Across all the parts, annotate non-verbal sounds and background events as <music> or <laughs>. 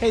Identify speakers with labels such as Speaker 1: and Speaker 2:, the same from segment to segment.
Speaker 1: Hey,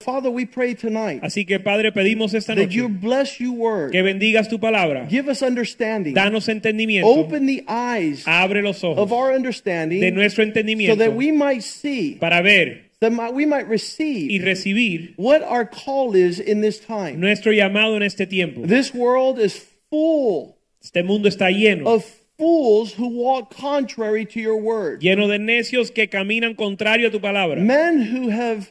Speaker 2: Father, we pray tonight
Speaker 3: Así que Padre, pedimos esta
Speaker 2: that you
Speaker 3: noche
Speaker 2: bless your
Speaker 3: que
Speaker 2: word.
Speaker 3: bendigas tu palabra.
Speaker 2: Give us understanding.
Speaker 3: Danos entendimiento.
Speaker 2: Open the eyes
Speaker 3: Abre los
Speaker 2: of
Speaker 3: ojos
Speaker 2: our
Speaker 3: de
Speaker 2: understanding
Speaker 3: nuestro
Speaker 2: so that
Speaker 3: entendimiento
Speaker 2: we might see,
Speaker 3: para ver
Speaker 2: that mi- we might
Speaker 3: y
Speaker 2: receive
Speaker 3: recibir
Speaker 2: what our call is in this time.
Speaker 3: nuestro llamado en este tiempo.
Speaker 2: This world is full
Speaker 3: Este mundo está lleno,
Speaker 2: of fools who walk contrary to your word,
Speaker 3: lleno de necios que caminan contrario a tu palabra.
Speaker 2: men who have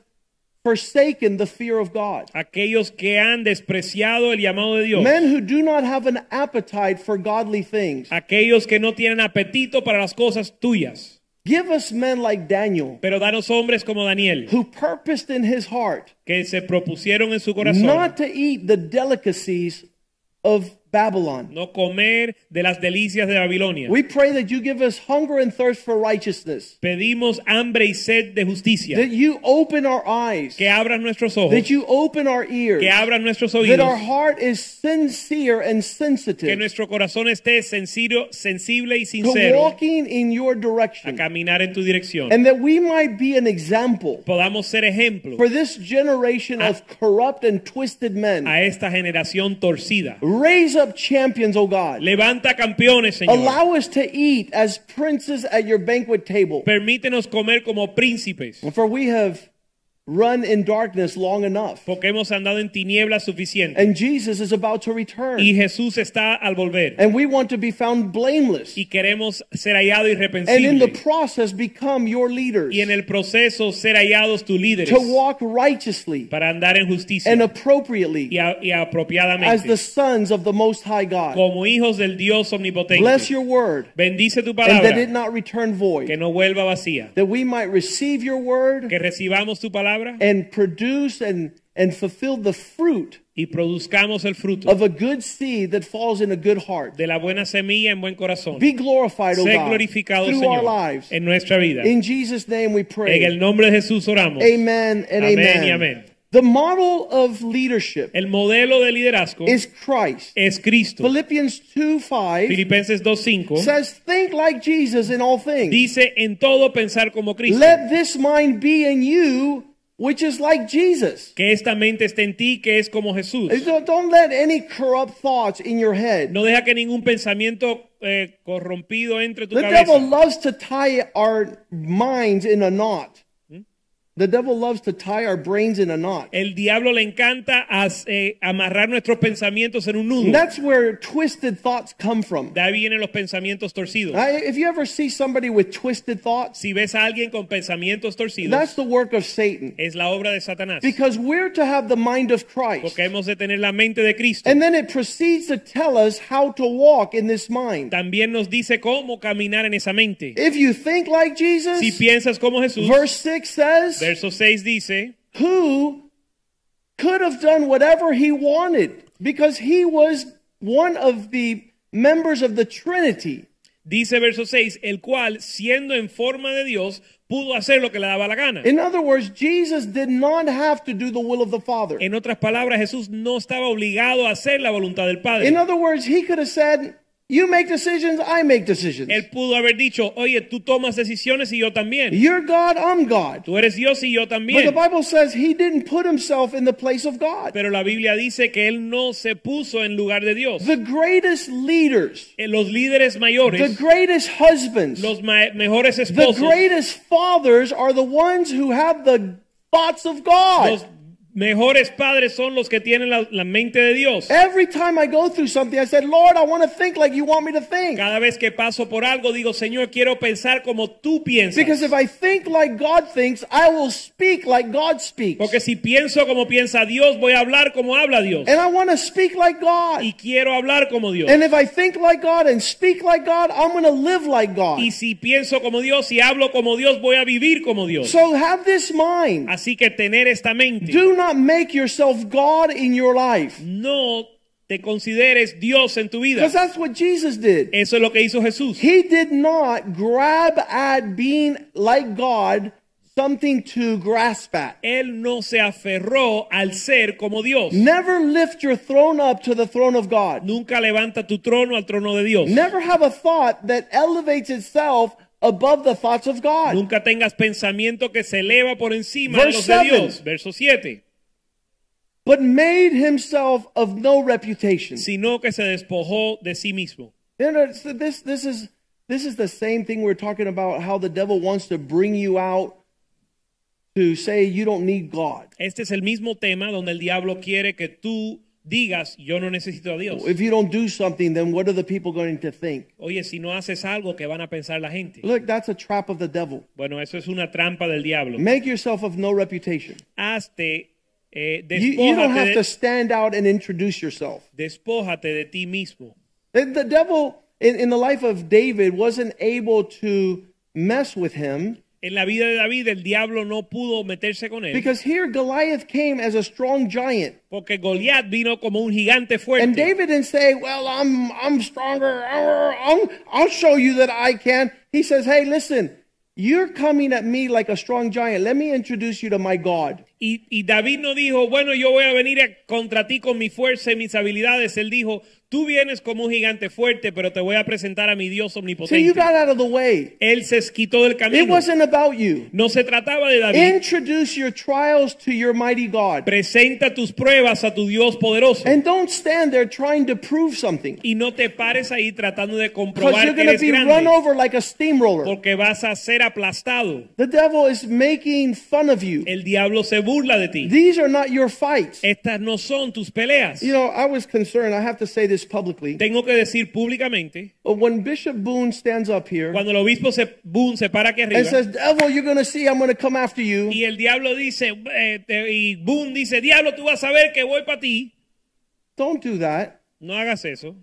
Speaker 2: forsaken the fear of God.
Speaker 3: Aquellos que han despreciado el llamado de Dios.
Speaker 2: Men who do not have an appetite for godly things.
Speaker 3: Aquellos que no tienen apetito para las cosas tuyas.
Speaker 2: Give us men like Daniel,
Speaker 3: Pero danos hombres como Daniel,
Speaker 2: who purposed in his heart
Speaker 3: que se propusieron en su corazón
Speaker 2: not to eat the delicacies of Babylon.
Speaker 3: no comer de las delicias de Babilonia.
Speaker 2: We pray that you give us hunger and thirst for righteousness,
Speaker 3: Pedimos hambre y sed de justicia.
Speaker 2: that you open our eyes,
Speaker 3: Que abran nuestros ojos.
Speaker 2: that you open our ears,
Speaker 3: Que abran nuestros
Speaker 2: that our
Speaker 3: oídos.
Speaker 2: heart is sincere and
Speaker 3: Que
Speaker 2: sensitive
Speaker 3: nuestro corazón esté sencillo, sensible y
Speaker 2: to
Speaker 3: sincero
Speaker 2: walking in your
Speaker 3: a
Speaker 2: direction,
Speaker 3: caminar en tu dirección.
Speaker 2: and that we might be an example
Speaker 3: Podamos ser ejemplo
Speaker 2: for this generation
Speaker 3: Ah.
Speaker 2: of corrupt and twisted men.
Speaker 3: a esta generación torcida.
Speaker 2: Raise up champions, O God.
Speaker 3: Levanta campeones, Señor.
Speaker 2: Allow us to eat as princes at your banquet table.
Speaker 3: Permítenos comer como príncipes,
Speaker 2: For we have run in darkness long enough,
Speaker 3: porque hemos andado en tinieblas suficiente.
Speaker 2: and Jesus is about to
Speaker 3: Y
Speaker 2: return,
Speaker 3: Jesús está al volver.
Speaker 2: and we want to be found blameless,
Speaker 3: Y queremos ser hallados
Speaker 2: and in the
Speaker 3: irreprensibles.
Speaker 2: process become your leaders
Speaker 3: Y en el proceso ser hallados tus líderes
Speaker 2: to walk righteously
Speaker 3: para andar en justicia.
Speaker 2: and
Speaker 3: y,
Speaker 2: appropriately
Speaker 3: a- y
Speaker 2: as
Speaker 3: apropiadamente
Speaker 2: the sons of the Most High God.
Speaker 3: como hijos del Dios omnipotente.
Speaker 2: Bless your word,
Speaker 3: Bendice tu
Speaker 2: and that it
Speaker 3: palabra
Speaker 2: not return
Speaker 3: que
Speaker 2: void,
Speaker 3: no vuelva vacía.
Speaker 2: that we might receive your word
Speaker 3: Que recibamos tu palabra
Speaker 2: and produce and and fulfill the fruit
Speaker 3: y produzcamos el fruto
Speaker 2: of a good seed that falls in a good heart.
Speaker 3: de la buena semilla en buen corazón.
Speaker 2: Be glorified, O
Speaker 3: Sé
Speaker 2: God,
Speaker 3: glorificado,
Speaker 2: through our
Speaker 3: Señor,
Speaker 2: lives.
Speaker 3: en nuestra vida.
Speaker 2: In Jesus' name we pray.
Speaker 3: En el nombre de Jesús oramos.
Speaker 2: Amen and
Speaker 3: Amén
Speaker 2: amen.
Speaker 3: y amén.
Speaker 2: The model of leadership
Speaker 3: El modelo de liderazgo
Speaker 2: is Christ.
Speaker 3: es Cristo.
Speaker 2: Philippians 2 5
Speaker 3: Filipenses 2.5
Speaker 2: says, Think like Jesus in all things.
Speaker 3: dice en todo pensar como Cristo.
Speaker 2: Let this mind be in you, which is like Jesus.
Speaker 3: Que esta mente esté en ti, que es como Jesús.
Speaker 2: Don't don't let any corrupt thoughts in your head.
Speaker 3: No deja que ningún pensamiento eh, corrompido entre tu
Speaker 2: The
Speaker 3: cabeza.
Speaker 2: devil loves to tie our minds in a knot.
Speaker 3: Hmm?
Speaker 2: The devil loves to tie our brains in a knot.
Speaker 3: El diablo le encanta as- eh, amarrar nuestros pensamientos en un nudo.
Speaker 2: And that's where twisted thoughts come from.
Speaker 3: De ahí vienen los pensamientos torcidos.
Speaker 2: I- If you ever see somebody with twisted thoughts,
Speaker 3: Si ves a alguien con pensamientos torcidos,
Speaker 2: That's the work of Satan.
Speaker 3: es la obra de Satanás.
Speaker 2: Because we're to have the mind of Christ.
Speaker 3: Porque hemos de tener la mente de Cristo.
Speaker 2: And then it proceeds to tell us how to walk in this mind.
Speaker 3: También nos dice cómo caminar en esa mente.
Speaker 2: If you think like
Speaker 3: Si
Speaker 2: Jesus,
Speaker 3: piensas como Jesús,
Speaker 2: verse 6 says,
Speaker 3: verso 6 dice,
Speaker 2: who could have done whatever he wanted because he was one of the members of the Trinity.
Speaker 3: dice verso 6, el cual, siendo en forma de Dios, pudo hacer lo que le daba la gana.
Speaker 2: In other words, Jesus did not have to do the will of the Father.
Speaker 3: En otras palabras, Jesús no estaba obligado a hacer la voluntad del Padre.
Speaker 2: In other words, he could have said, You make decisions, I make decisions.
Speaker 3: Él pudo haber dicho, oye, tú tomas decisiones y yo también.
Speaker 2: You're God, I'm God.
Speaker 3: Tú eres Dios y yo
Speaker 2: But the
Speaker 3: también.
Speaker 2: Bible says he didn't put himself in the place of God.
Speaker 3: Pero la Biblia dice que Él no se puso en lugar de Dios.
Speaker 2: The greatest leaders,
Speaker 3: Eh, Los líderes
Speaker 2: the
Speaker 3: mayores,
Speaker 2: greatest husbands,
Speaker 3: los ma- mejores
Speaker 2: the
Speaker 3: esposos,
Speaker 2: greatest fathers are the ones who have the thoughts of
Speaker 3: los
Speaker 2: God.
Speaker 3: mejores padres son los que tienen la, la mente de Dios.
Speaker 2: Every time I go through something, I said, Lord, I want to think like you want me to think.
Speaker 3: Cada vez que paso por algo, digo, Señor, quiero pensar como tú
Speaker 2: Because
Speaker 3: piensas.
Speaker 2: if I think like God thinks, I will speak like God speaks.
Speaker 3: Porque si pienso como piensa Dios, voy a hablar como habla Dios.
Speaker 2: And I want to speak like God.
Speaker 3: Y quiero hablar como Dios.
Speaker 2: And if I think like God and speak like God, I'm going to live like God.
Speaker 3: Y si pienso como Dios y hablo como Dios, voy a vivir como Dios.
Speaker 2: So have this mind.
Speaker 3: Así que tener esta mente.
Speaker 2: Do not make yourself God in your life.
Speaker 3: No te consideres Dios en tu vida.
Speaker 2: Because that's what Jesus did.
Speaker 3: Eso es lo que hizo Jesús.
Speaker 2: He did not grab at being like God something to grasp at.
Speaker 3: Él no se aferró al ser como Dios.
Speaker 2: Never lift your throne up to the throne of God.
Speaker 3: Nunca levanta tu trono al trono de Dios.
Speaker 2: Never have a thought that elevates itself above the thoughts of God.
Speaker 3: Nunca tengas pensamiento que se eleva por encima de
Speaker 2: Verse
Speaker 3: los de
Speaker 2: seven.
Speaker 3: Dios. Verso 7.
Speaker 2: But made himself of no reputation.
Speaker 3: Sino que se despojó de sí mismo.
Speaker 2: You know, it's- this, this, is, this is the same thing we're talking about how the devil wants to bring you out to say you don't need God.
Speaker 3: Este es el mismo tema donde el diablo quiere que tú digas, yo no necesito a Dios.
Speaker 2: If you don't do something, then what are the people going to think?
Speaker 3: Oye, si no haces algo, que van a pensar la gente?
Speaker 2: Look, that's a trap of the devil.
Speaker 3: Bueno, eso es una trampa del diablo.
Speaker 2: Make yourself of no reputation.
Speaker 3: Hazte, eh,
Speaker 2: You, you don't
Speaker 3: despójate,
Speaker 2: have to
Speaker 3: de,
Speaker 2: stand out and introduce yourself.
Speaker 3: despójate de ti mismo.
Speaker 2: The, the devil in, in the life of David wasn't able to mess with him
Speaker 3: En la vida de David, el diablo no pudo meterse con él.
Speaker 2: because here Goliath came as a strong giant.
Speaker 3: porque Goliat vino como un gigante fuerte.
Speaker 2: And David didn't say, "Well, I'm I'm stronger. Arr, I'm, I'll show you that I can." He says, "Hey, listen, you're coming at me like a strong giant. Let me introduce you to my God."
Speaker 3: Y, y David no dijo, bueno, yo voy a venir a- contra ti con mi fuerza y mis habilidades. Él dijo, tú vienes como un gigante fuerte, pero te voy a presentar a mi Dios
Speaker 2: So you
Speaker 3: omnipotente.
Speaker 2: got out of the way.
Speaker 3: Él se quitó del
Speaker 2: It
Speaker 3: camino.
Speaker 2: wasn't about you.
Speaker 3: No se trataba de David.
Speaker 2: Introduce your trials to your mighty God,
Speaker 3: Presenta tus pruebas a tu Dios poderoso.
Speaker 2: and don't stand there trying to prove something
Speaker 3: y no te pares ahí tratando de
Speaker 2: because you're
Speaker 3: comprobar que
Speaker 2: going to
Speaker 3: eres
Speaker 2: be run
Speaker 3: grande.
Speaker 2: over like a steamroller.
Speaker 3: Porque vas a ser aplastado.
Speaker 2: The devil is making fun of you.
Speaker 3: El diablo se burla de ti.
Speaker 2: These are not your fights.
Speaker 3: Estas no son tus peleas.
Speaker 2: You know, I was concerned. I have to say this publicly.
Speaker 3: Tengo que decir públicamente,
Speaker 2: But When Bishop Boone stands up here
Speaker 3: cuando el obispo se, Boone se para aquí
Speaker 2: and
Speaker 3: arriba
Speaker 2: says, Devil, you're going to see, I'm going to come after you.
Speaker 3: y el diablo dice, eh, te- y Boone dice, diablo, tú vas a ver que voy para ti.
Speaker 2: Don't do that
Speaker 3: No hagas eso,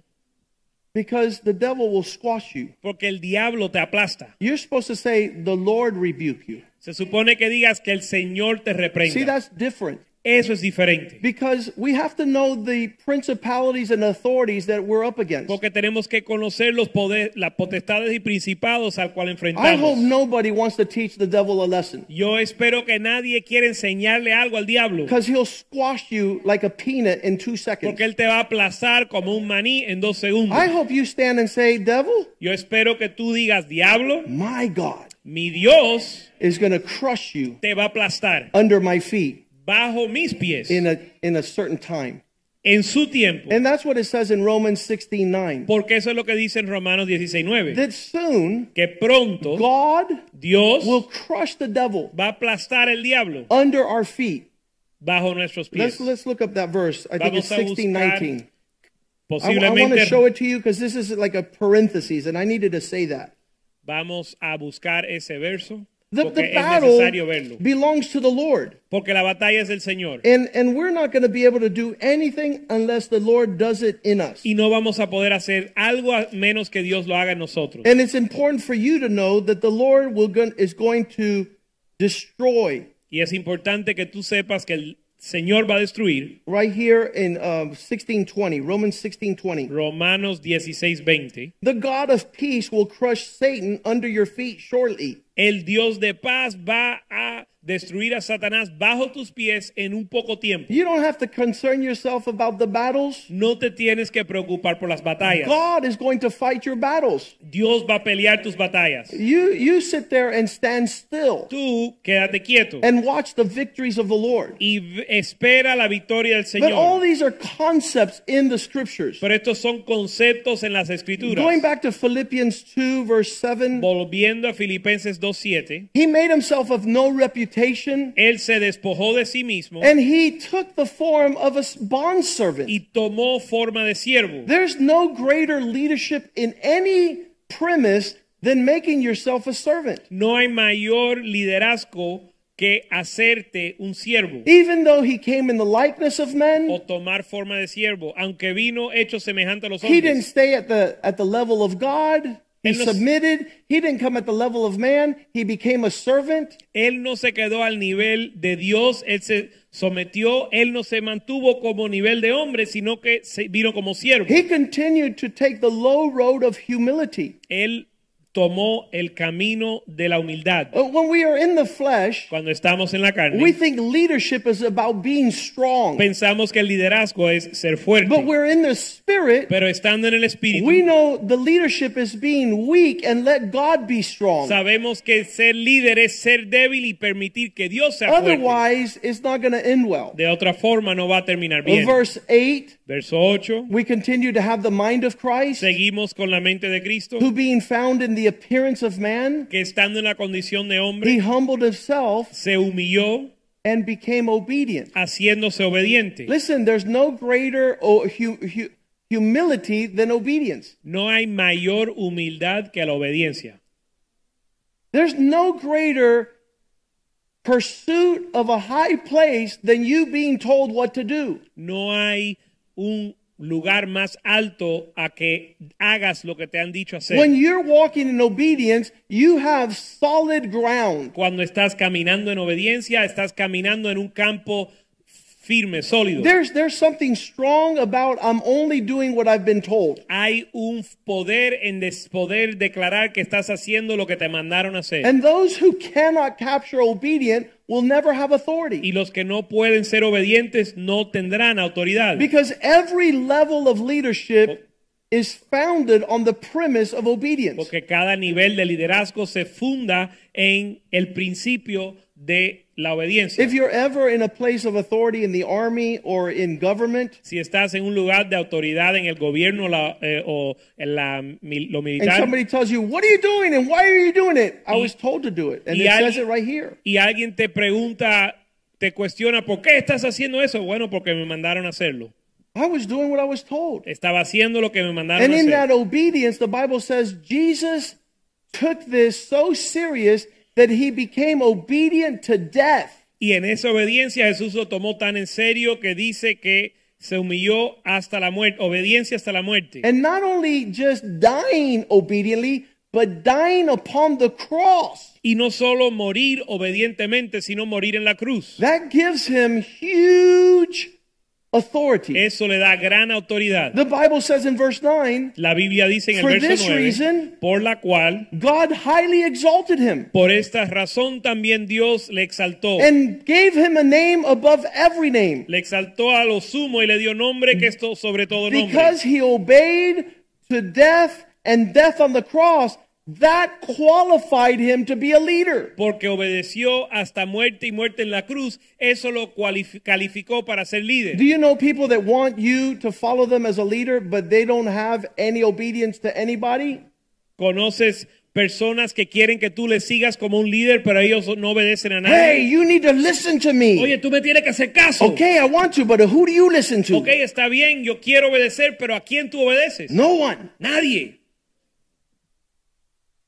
Speaker 2: because the devil will squash you.
Speaker 3: porque el diablo te aplasta.
Speaker 2: You're supposed to say, The Lord rebuke you.
Speaker 3: Se supone que digas que el Señor te
Speaker 2: See,
Speaker 3: reprenda.
Speaker 2: that's different
Speaker 3: Eso es diferente.
Speaker 2: because we have to know the principalities and authorities that we're up against.
Speaker 3: Porque tenemos que conocer los poder, las potestades y principados al cual
Speaker 2: I hope
Speaker 3: enfrentamos.
Speaker 2: nobody wants to teach the devil a lesson
Speaker 3: Yo espero que nadie quiera enseñarle algo al diablo.
Speaker 2: because he'll squash you like a peanut in two seconds.
Speaker 3: Porque él te va a aplastar como un maní en dos segundos.
Speaker 2: I hope you stand and say, Devil,
Speaker 3: Yo espero que tú digas, diablo,
Speaker 2: my God
Speaker 3: mi Dios
Speaker 2: is going to crush you
Speaker 3: te va a aplastar
Speaker 2: under my feet
Speaker 3: bajo mis pies
Speaker 2: in a, in a certain time.
Speaker 3: en su tiempo.
Speaker 2: And that's what it says in Romans 16:9.
Speaker 3: Porque eso es lo que dice en Romanos 16.9.
Speaker 2: That soon
Speaker 3: Que pronto
Speaker 2: God
Speaker 3: Dios
Speaker 2: will crush the devil
Speaker 3: va a aplastar el diablo
Speaker 2: under our feet.
Speaker 3: bajo nuestros
Speaker 2: Let's
Speaker 3: pies.
Speaker 2: let's look up that verse. I think
Speaker 3: Vamos
Speaker 2: it's
Speaker 3: a buscar-
Speaker 2: 16:19. I, want
Speaker 3: Posiblemente
Speaker 2: to show it to you because this is like a parenthesis, and I needed to say that.
Speaker 3: vamos a buscar ese verso.
Speaker 2: The,
Speaker 3: porque
Speaker 2: the
Speaker 3: es
Speaker 2: battle
Speaker 3: necesario verlo.
Speaker 2: belongs to the Lord,
Speaker 3: Porque la batalla es del Señor.
Speaker 2: and and we're not going to be able to do anything unless the Lord does it in us.
Speaker 3: Y no vamos a poder hacer algo a menos que Dios lo haga en nosotros.
Speaker 2: And it's important for you to know that the Lord will go, is going to destroy
Speaker 3: Y es importante que tú sepas que el Señor va a destruir
Speaker 2: right here in um, 1620 romans 1620
Speaker 3: Romanos 16:20.
Speaker 2: the god of peace will crush satan under your feet shortly
Speaker 3: El Dios de paz va a destruir a Satanás bajo tus pies en un poco tiempo.
Speaker 2: you don't have to concern yourself about the battles
Speaker 3: No te tienes que preocupar por las batallas.
Speaker 2: god is going to fight your battles
Speaker 3: Dios va a pelear tus batallas.
Speaker 2: you you sit there and stand still
Speaker 3: Tú quédate quieto
Speaker 2: and watch the victories of the lord
Speaker 3: y v- espera la victoria del
Speaker 2: but all
Speaker 3: Señor.
Speaker 2: these are concepts in the scriptures
Speaker 3: Pero estos son conceptos en las escrituras.
Speaker 2: going back to philippians 2 verse 7
Speaker 3: Volviendo a Filipenses 2:7,
Speaker 2: he made himself of no reputation
Speaker 3: él se despojó de sí mismo
Speaker 2: and he took the form of a s- bondservant
Speaker 3: y tomó forma de siervo.
Speaker 2: There's no greater leadership in any premise than making yourself a servant.
Speaker 3: No hay mayor liderazgo que hacerte un siervo
Speaker 2: Even though he came in the likeness of men,
Speaker 3: o tomar forma de siervo, aunque vino hecho semejante a los
Speaker 2: he didn't
Speaker 3: hombres.
Speaker 2: stay at the at the level of God. He
Speaker 3: Él no,
Speaker 2: submitted. He didn't come at the level of man. He became a servant.
Speaker 3: él no se quedó al nivel de Dios, él se sometió, él no se mantuvo como nivel de hombre, sino que se vino como siervo.
Speaker 2: He continued to take the low road of humility.
Speaker 3: Él tomó el camino de la humildad.
Speaker 2: Uh, When we are in the flesh,
Speaker 3: Cuando estamos en la carne,
Speaker 2: we think leadership is about being strong.
Speaker 3: pensamos que el liderazgo es ser fuerte,
Speaker 2: But we're in the spirit.
Speaker 3: pero estando en el espíritu,
Speaker 2: We know the leadership is being weak and let God be strong.
Speaker 3: sabemos que ser líder es ser débil y permitir que Dios sea fuerte.
Speaker 2: Otherwise, it's not going to end well.
Speaker 3: De otra forma no va a terminar bien.
Speaker 2: Verse 8,
Speaker 3: Verso 8.
Speaker 2: we continue to have the mind of Christ,
Speaker 3: Seguimos con la mente de Cristo,
Speaker 2: who being found in the appearance of man,
Speaker 3: que estando en la condición de
Speaker 2: he
Speaker 3: hombre,
Speaker 2: humbled himself
Speaker 3: se humilló
Speaker 2: and became obedient.
Speaker 3: haciéndose obediente.
Speaker 2: Listen, there's no greater o- hu- hu- humility than obedience.
Speaker 3: No hay mayor humildad que la obediencia.
Speaker 2: There's no greater pursuit of a high place than you being told what to do.
Speaker 3: No hay un lugar más alto a que hagas lo que te han dicho hacer.
Speaker 2: When you're walking in obedience, you have solid ground.
Speaker 3: Cuando estás caminando en obediencia, estás caminando en un campo firme, sólido.
Speaker 2: There's there's something strong about I'm only doing what I've been told.
Speaker 3: Hay un poder en des- poder declarar que estás haciendo lo que te mandaron hacer.
Speaker 2: And those who cannot capture obedient will never have
Speaker 3: y
Speaker 2: authority.
Speaker 3: los que no pueden ser obedientes no tendrán autoridad.
Speaker 2: Because every level of leadership is founded on the premise of obedience.
Speaker 3: Porque cada nivel de liderazgo se funda en el principio de la obediencia.
Speaker 2: If you're ever in a place of authority in the army or in government,
Speaker 3: si estás en un lugar de autoridad en el gobierno la- eh, o en la, mil- lo
Speaker 2: and
Speaker 3: militar
Speaker 2: somebody tells you, What are you doing and why are you doing it? I
Speaker 3: Y-
Speaker 2: was told to do it. And
Speaker 3: y
Speaker 2: it says
Speaker 3: alguien-
Speaker 2: it right here.
Speaker 3: y alguien te pregunta, te cuestiona, ¿por qué estás haciendo eso? Bueno, porque me mandaron a hacerlo.
Speaker 2: I was doing what I was told.
Speaker 3: Estaba haciendo lo que me mandaron
Speaker 2: And
Speaker 3: a
Speaker 2: in
Speaker 3: hacer.
Speaker 2: that obedience, the Bible says Jesus took this so serious that he became obedient to death.
Speaker 3: Y en esa obediencia Jesús lo tomó tan en serio que dice que se humilló hasta la muerte, obediencia hasta la muerte.
Speaker 2: And not only just dying obediently, but dying upon the cross.
Speaker 3: Y no solo morir obedientemente, sino morir en la cruz.
Speaker 2: That gives him huge authority.
Speaker 3: Eso le da gran autoridad.
Speaker 2: The Bible says in verse 9,
Speaker 3: La Biblia dice en el
Speaker 2: For this
Speaker 3: verso 9,
Speaker 2: reason-
Speaker 3: por la cual,
Speaker 2: God highly exalted him
Speaker 3: por esta razón también Dios le exaltó.
Speaker 2: and gave him a name above every name.
Speaker 3: Le exaltó a lo sumo y le dio nombre que esto sobre todo nombre.
Speaker 2: Because he obeyed to death and death on the cross, that qualified him to be a leader.
Speaker 3: Porque obedeció hasta muerte y muerte en la cruz. Eso lo cualifi- calificó para ser líder.
Speaker 2: Do you know people that want you to follow them as a leader, but they don't have any obedience to anybody?
Speaker 3: Conoces personas que quieren que tú les sigas como un líder, pero ellos no obedecen a
Speaker 2: Hey,
Speaker 3: nadie.
Speaker 2: you need to listen to me.
Speaker 3: Oye, tú me tienes que hacer caso.
Speaker 2: Okay, I want to, but who do you listen
Speaker 3: Ok,
Speaker 2: to?
Speaker 3: está bien, yo quiero obedecer, pero ¿a quién tú obedeces?
Speaker 2: No one.
Speaker 3: Nadie.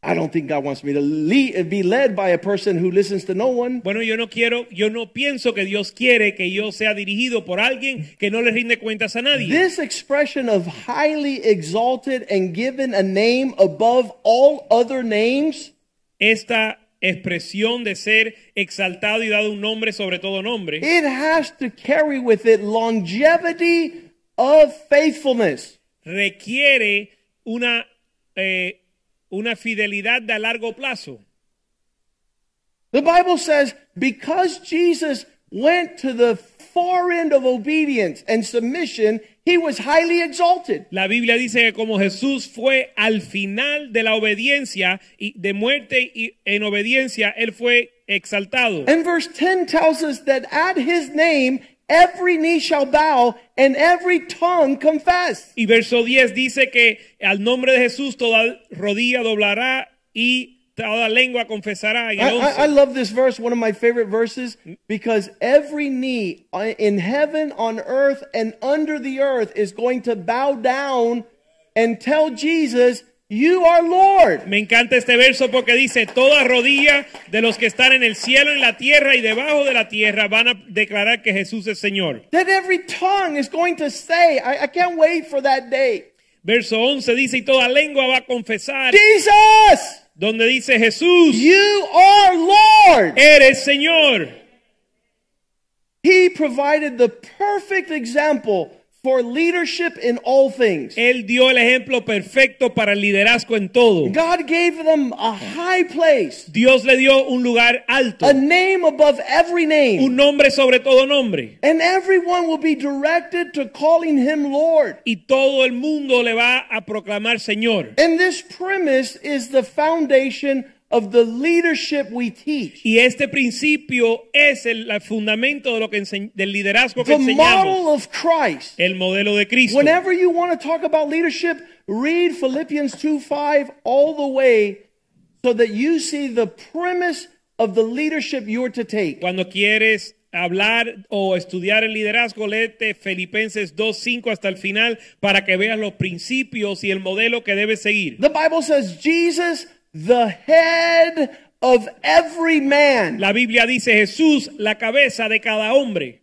Speaker 2: I don't think God wants me to lead, be led by a person who listens to no one.
Speaker 3: Bueno, yo no quiero, yo no pienso que Dios quiere que yo sea dirigido por alguien que no le rinde cuentas a nadie.
Speaker 2: This expression of highly exalted and given a name above all other names
Speaker 3: Esta expresión de ser exaltado y dado un nombre sobre todo nombre
Speaker 2: It has to carry with it longevity of faithfulness.
Speaker 3: requiere una, eh, una fidelidad de a largo plazo.
Speaker 2: The Bible says because Jesus went to the far end of obedience and submission, he was highly exalted.
Speaker 3: La Biblia dice que como Jesús fue al final de la obediencia y de muerte y en obediencia, él fue exaltado.
Speaker 2: And verse 10 tells us that at his name, every knee shall bow and every tongue confess.
Speaker 3: Y verso 10 dice que al nombre de Jesús toda rodilla doblará y toda lengua confesará. En
Speaker 2: I,
Speaker 3: el
Speaker 2: I,
Speaker 3: 11.
Speaker 2: I love this verse, one of my favorite verses, because every knee in heaven, on earth, and under the earth is going to bow down and tell Jesus, You are Lord.
Speaker 3: Me encanta este verso porque dice, toda rodilla de los que están en el cielo, en la tierra y debajo de la tierra van a declarar que Jesús es Señor.
Speaker 2: That every tongue is going to say, I, I can't wait for that day.
Speaker 3: Verso 11 dice, y toda lengua va a confesar,
Speaker 2: Jesus,
Speaker 3: donde dice Jesús,
Speaker 2: you are Lord.
Speaker 3: eres Señor.
Speaker 2: He provided the perfect example for leadership in all things.
Speaker 3: Él dio el ejemplo perfecto para el liderazgo en todo.
Speaker 2: God gave them a high place,
Speaker 3: Dios le dio un lugar alto,
Speaker 2: a name above every
Speaker 3: un
Speaker 2: name,
Speaker 3: nombre sobre todo nombre.
Speaker 2: and everyone will be directed to calling him Lord.
Speaker 3: Y todo el mundo le va a proclamar Señor.
Speaker 2: And this premise is the foundation of the leadership we teach.
Speaker 3: Y este principio es el el fundamento de lo que ense- del liderazgo
Speaker 2: The
Speaker 3: que enseñamos.
Speaker 2: model of Christ.
Speaker 3: El modelo de Cristo.
Speaker 2: Whenever you want to talk about leadership, read Philippians 2 5 all the way so that you see the premise of the leadership you're to take.
Speaker 3: Cuando quieres hablar o estudiar el liderazgo, léete Filipenses 2.5 hasta el final para que veas los principios y el modelo que debes seguir.
Speaker 2: The Bible says, Jesus, the head of every man,
Speaker 3: La Biblia dice Jesús, la cabeza de cada hombre.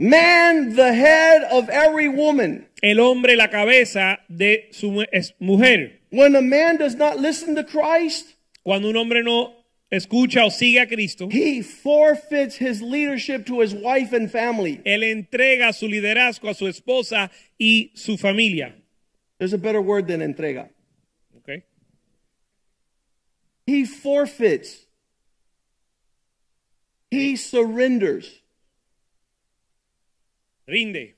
Speaker 2: man, the head of every woman.
Speaker 3: El hombre, la cabeza de su mu- es- mujer.
Speaker 2: When a man does not listen to Christ,
Speaker 3: Cuando un hombre no escucha o sigue a Cristo,
Speaker 2: he forfeits his leadership to his wife and family.
Speaker 3: él entrega su liderazgo a su esposa y su familia.
Speaker 2: There's a better word than entrega.
Speaker 3: ¿Ok?
Speaker 2: He forfeits. He surrenders.
Speaker 3: Rinde.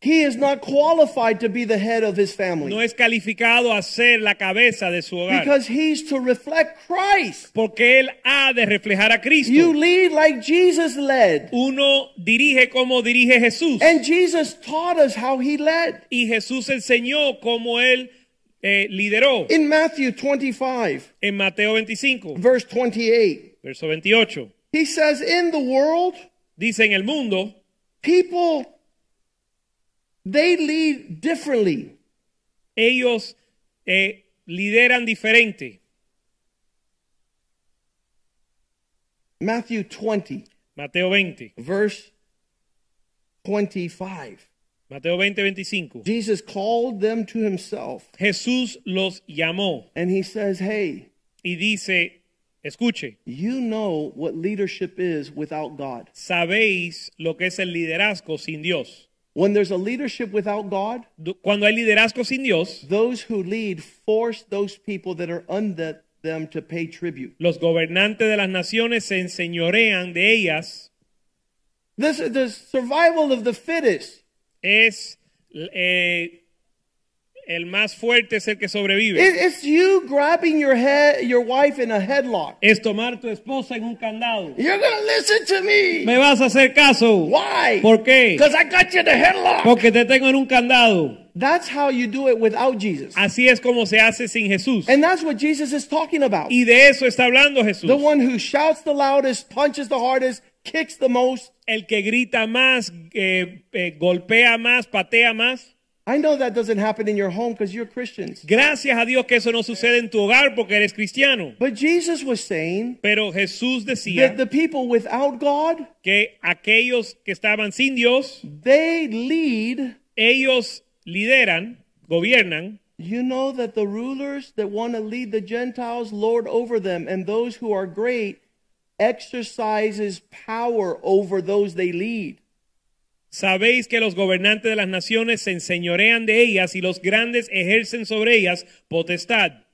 Speaker 2: He is not qualified to be the head of his
Speaker 3: No
Speaker 2: family
Speaker 3: es calificado a ser la cabeza de su hogar.
Speaker 2: because he's to reflect Christ.
Speaker 3: Porque él ha de reflejar a Cristo.
Speaker 2: You lead like Jesus led.
Speaker 3: Uno dirige como dirige Jesús.
Speaker 2: And Jesus taught us how he led.
Speaker 3: y Jesús enseñó como él eh, lideró
Speaker 2: In Matthew 25,
Speaker 3: en Mateo 25,
Speaker 2: verse 28,
Speaker 3: verso 28.
Speaker 2: he says, In the world,
Speaker 3: Dice en el mundo,
Speaker 2: people, they lead differently.
Speaker 3: ellos eh, lideran diferente.
Speaker 2: Matthew 20,
Speaker 3: Mateo 20,
Speaker 2: verse 25.
Speaker 3: Mateo 20, 25.
Speaker 2: Jesus called them to himself
Speaker 3: Jesús los llamó
Speaker 2: and he says, Hey,
Speaker 3: y dice, escuche,
Speaker 2: you know what leadership is without God.
Speaker 3: sabéis lo que es el liderazgo sin Dios.
Speaker 2: When there's a leadership without God,
Speaker 3: Du- Cuando hay liderazgo sin Dios,
Speaker 2: those who lead force those people that are under them to pay tribute.
Speaker 3: Los gobernantes de las naciones se enseñorean de ellas.
Speaker 2: This is the survival of the fittest.
Speaker 3: Es eh, el más fuerte es el que
Speaker 2: It-
Speaker 3: sobrevive.
Speaker 2: it's you grabbing your head, your wife in a headlock.
Speaker 3: Es tomar tu esposa en un candado.
Speaker 2: You're gonna listen to me.
Speaker 3: ¿Me vas a hacer caso?
Speaker 2: Why?
Speaker 3: ¿Por qué?
Speaker 2: Because I got you in a headlock.
Speaker 3: Porque te tengo en un candado.
Speaker 2: That's how you do it without Jesus.
Speaker 3: Así es como se hace sin Jesús.
Speaker 2: And that's what Jesus is talking about.
Speaker 3: Y de eso está hablando Jesús.
Speaker 2: The one who shouts the loudest, punches the hardest, kicks the most.
Speaker 3: El que grita más, eh, eh, golpea más, patea más.
Speaker 2: I know that doesn't happen in your home because you're Christians.
Speaker 3: Gracias a Dios que eso no sucede en tu hogar porque eres cristiano.
Speaker 2: But Jesus was saying
Speaker 3: Pero Jesús decía
Speaker 2: that the people without God,
Speaker 3: que aquellos que estaban sin Dios
Speaker 2: they lead.
Speaker 3: ellos lideran, gobiernan.
Speaker 2: You know that the rulers that want to lead the Gentiles lord over them, and those who are great exercises power over those they lead.
Speaker 3: Sabéis que los gobernantes de las naciones se enseñorean de ellas y los grandes ejercen sobre ellas potestad.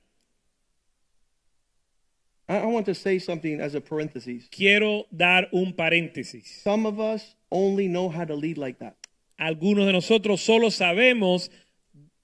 Speaker 2: I, I want to say something as a parenthesis.
Speaker 3: Quiero dar un paréntesis.
Speaker 2: Some of us only know how to lead like that.
Speaker 3: Algunos de nosotros solo sabemos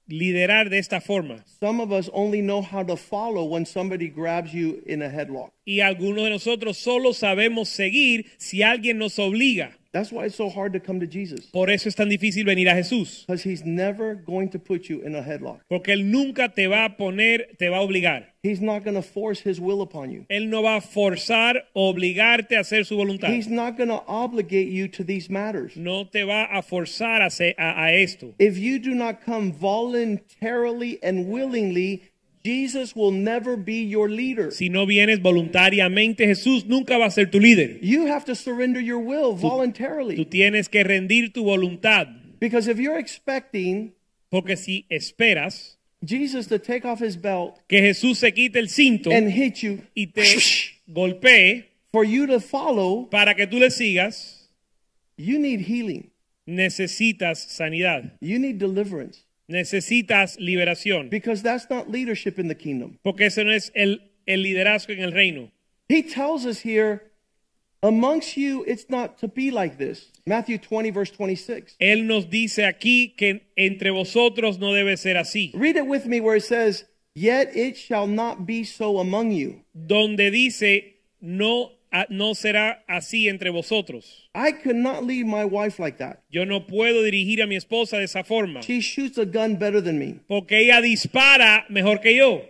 Speaker 3: liderar de esta forma
Speaker 2: Some of us only know how to follow when somebody grabs you in a headlock.
Speaker 3: y algunos de nosotros solo sabemos seguir si alguien nos obliga.
Speaker 2: That's why it's so hard to come to Jesus
Speaker 3: Por eso es tan difícil venir a Jesús,
Speaker 2: because he's never going to put you in a headlock.
Speaker 3: porque Él nunca te va a poner, te va a obligar.
Speaker 2: He's not going to force his will upon you.
Speaker 3: Él no va a forzar, obligarte a hacer su voluntad.
Speaker 2: He's not going to obligate you to these matters.
Speaker 3: no te va a forzar a, hacer- a- a esto.
Speaker 2: If you do not come voluntarily and willingly, Jesus will never be your leader.
Speaker 3: Si no vienes voluntariamente, Jesús nunca va a ser tu líder.
Speaker 2: You have to surrender your will
Speaker 3: Tú
Speaker 2: voluntarily.
Speaker 3: tienes que rendir tu voluntad.
Speaker 2: Because if you're expecting
Speaker 3: Porque si esperas
Speaker 2: Jesus to take off his belt
Speaker 3: que Jesús se quite el cinto
Speaker 2: and hit you
Speaker 3: y te golpee
Speaker 2: for you to follow,
Speaker 3: para que tú le sigas,
Speaker 2: you need healing.
Speaker 3: necesitas sanidad,
Speaker 2: You need deliverance
Speaker 3: necesitas liberación,
Speaker 2: because that's not leadership in the kingdom.
Speaker 3: porque eso no es el, el liderazgo en el reino.
Speaker 2: He tells us here, amongst you, it's not to be like this. Matthew 20, verse 26.
Speaker 3: Él nos dice aquí que entre vosotros no debe ser así,
Speaker 2: Read it with me where it says, Yet it shall not be so among you.
Speaker 3: donde dice no, a- no será así entre vosotros.
Speaker 2: I could not leave my wife like that.
Speaker 3: Yo no puedo dirigir a mi esposa de esa forma,
Speaker 2: She shoots a gun better than me.
Speaker 3: porque ella dispara mejor que yo.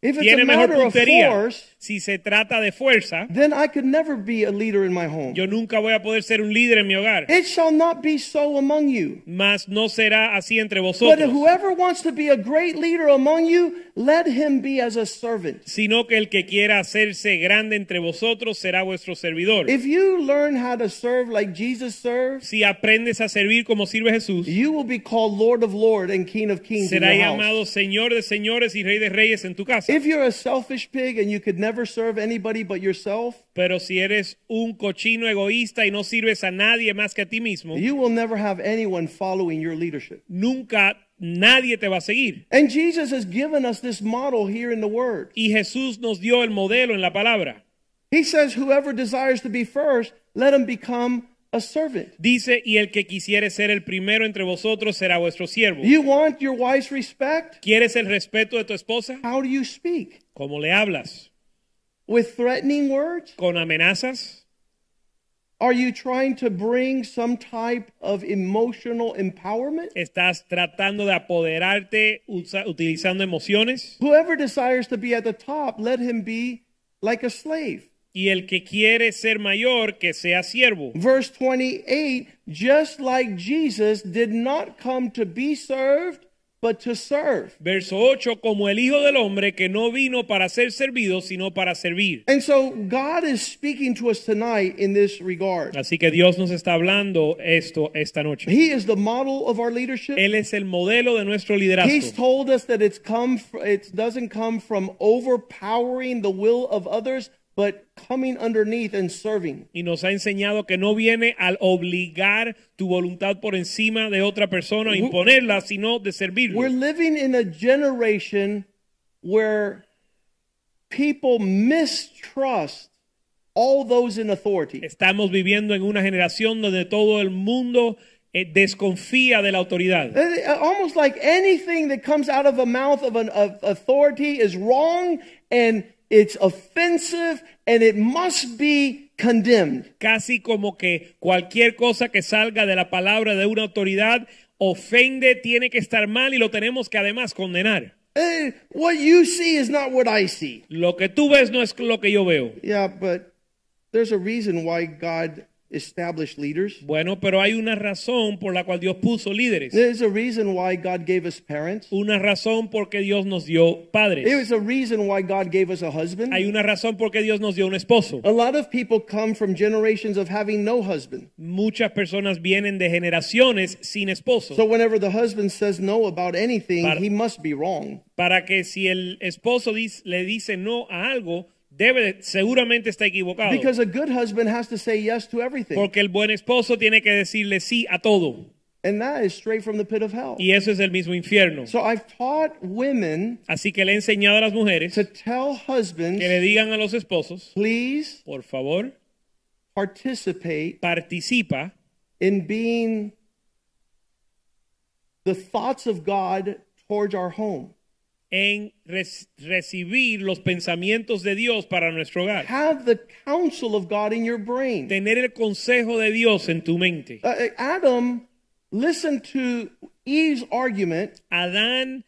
Speaker 2: If it's
Speaker 3: Tiene
Speaker 2: a
Speaker 3: mejor
Speaker 2: matter of
Speaker 3: puntería.
Speaker 2: force,
Speaker 3: Si se trata de fuerza,
Speaker 2: then I could never be a leader in my home.
Speaker 3: Yo nunca voy a poder ser un líder en mi hogar,
Speaker 2: It shall not be so among you.
Speaker 3: mas no será así entre
Speaker 2: But
Speaker 3: vosotros,
Speaker 2: whoever wants to be a great leader among you, let him be as a servant.
Speaker 3: sino que el que quiera hacerse grande entre vosotros será vuestro servidor.
Speaker 2: If you learn how to serve like Jesus serves,
Speaker 3: si aprendes a servir como sirve Jesús,
Speaker 2: you will be called Lord of Lords and King of Kings in
Speaker 3: será
Speaker 2: your house.
Speaker 3: llamado Señor de señores y Rey de reyes en tu casa.
Speaker 2: If you're a selfish pig and you could never serve anybody but yourself,
Speaker 3: Pero si eres un cochino egoísta y no sirves a nadie más que a ti mismo,
Speaker 2: you will never have anyone following your leadership.
Speaker 3: nunca nadie te va a seguir.
Speaker 2: And Jesus has given us this model here in the Word.
Speaker 3: Y Jesús nos dio el modelo en la palabra.
Speaker 2: He says, Whoever desires to be first, let him become a servant.
Speaker 3: Dice, y el que quisiere ser el primero entre vosotros será vuestro siervo.
Speaker 2: You want your wife's respect?
Speaker 3: ¿Quieres el respeto de tu esposa?
Speaker 2: How do you speak?
Speaker 3: ¿Cómo le hablas?
Speaker 2: With threatening words?
Speaker 3: ¿Con amenazas?
Speaker 2: Are you trying to bring some type of emotional empowerment?
Speaker 3: ¿Estás tratando de apoderarte usa- utilizando emociones?
Speaker 2: Whoever desires to be at the top, let him be like a slave.
Speaker 3: Y el que quiere ser mayor, que sea siervo.
Speaker 2: Verse 28 just like Jesus did not come to be served, but to serve.
Speaker 3: Verso 8, como el Hijo del Hombre que no vino para ser servido, sino para servir.
Speaker 2: And so God is speaking to us tonight in this regard.
Speaker 3: Así que Dios nos está hablando esto esta noche.
Speaker 2: He is the model of our leadership.
Speaker 3: Él es el modelo de nuestro
Speaker 2: He's
Speaker 3: liderazgo.
Speaker 2: told us that it's come fr- it doesn't come from overpowering the will of others, but coming underneath and serving.
Speaker 3: Y nos ha enseñado que no viene al obligar tu voluntad por encima de otra persona, o imponerla, sino de servirlo.
Speaker 2: We're living in a generation where people mistrust all those in authority.
Speaker 3: Estamos viviendo en una generación donde todo el mundo eh, desconfía de la autoridad.
Speaker 2: Eh, Almost like anything that comes out of the mouth of an of authority is wrong and it's offensive and it must be condemned.
Speaker 3: Casi como que cualquier cosa que salga de la palabra de una autoridad ofende, tiene que estar mal y lo tenemos que además condenar.
Speaker 2: Eh, What you see is not what I see.
Speaker 3: Lo que tú ves no es lo que yo veo.
Speaker 2: Yeah, but there's a reason why God established leaders.
Speaker 3: Bueno, pero hay una razón por la cual Dios puso líderes.
Speaker 2: There's a reason why God gave us parents.
Speaker 3: Una razón porque Dios nos dio
Speaker 2: It
Speaker 3: padres.
Speaker 2: was a reason why God gave us a husband.
Speaker 3: Hay una razón porque Dios nos dio un esposo.
Speaker 2: a lot of people come from generations of having no husband.
Speaker 3: Muchas personas vienen de generaciones sin esposo.
Speaker 2: So whenever the husband says no about anything,
Speaker 3: Para-
Speaker 2: he must be wrong.
Speaker 3: para que si el esposo dis- le dice no a algo, debe de- seguramente está equivocado.
Speaker 2: Because a good husband has to say yes to everything.
Speaker 3: porque el buen esposo tiene que decirle sí a todo.
Speaker 2: and that is straight from the pit of hell.
Speaker 3: Y eso es el mismo infierno.
Speaker 2: So I've taught women
Speaker 3: Así que le he enseñado a las mujeres
Speaker 2: to tell husbands,
Speaker 3: que le digan a los esposos,
Speaker 2: please
Speaker 3: por favor,
Speaker 2: participate
Speaker 3: participa
Speaker 2: in being the thoughts of God towards our home.
Speaker 3: en res- recibir los pensamientos de Dios para nuestro hogar.
Speaker 2: Have the counsel of God in your brain.
Speaker 3: Tener el consejo de Dios en tu mente.
Speaker 2: Uh, Adam listened to Eve's argument
Speaker 3: Adán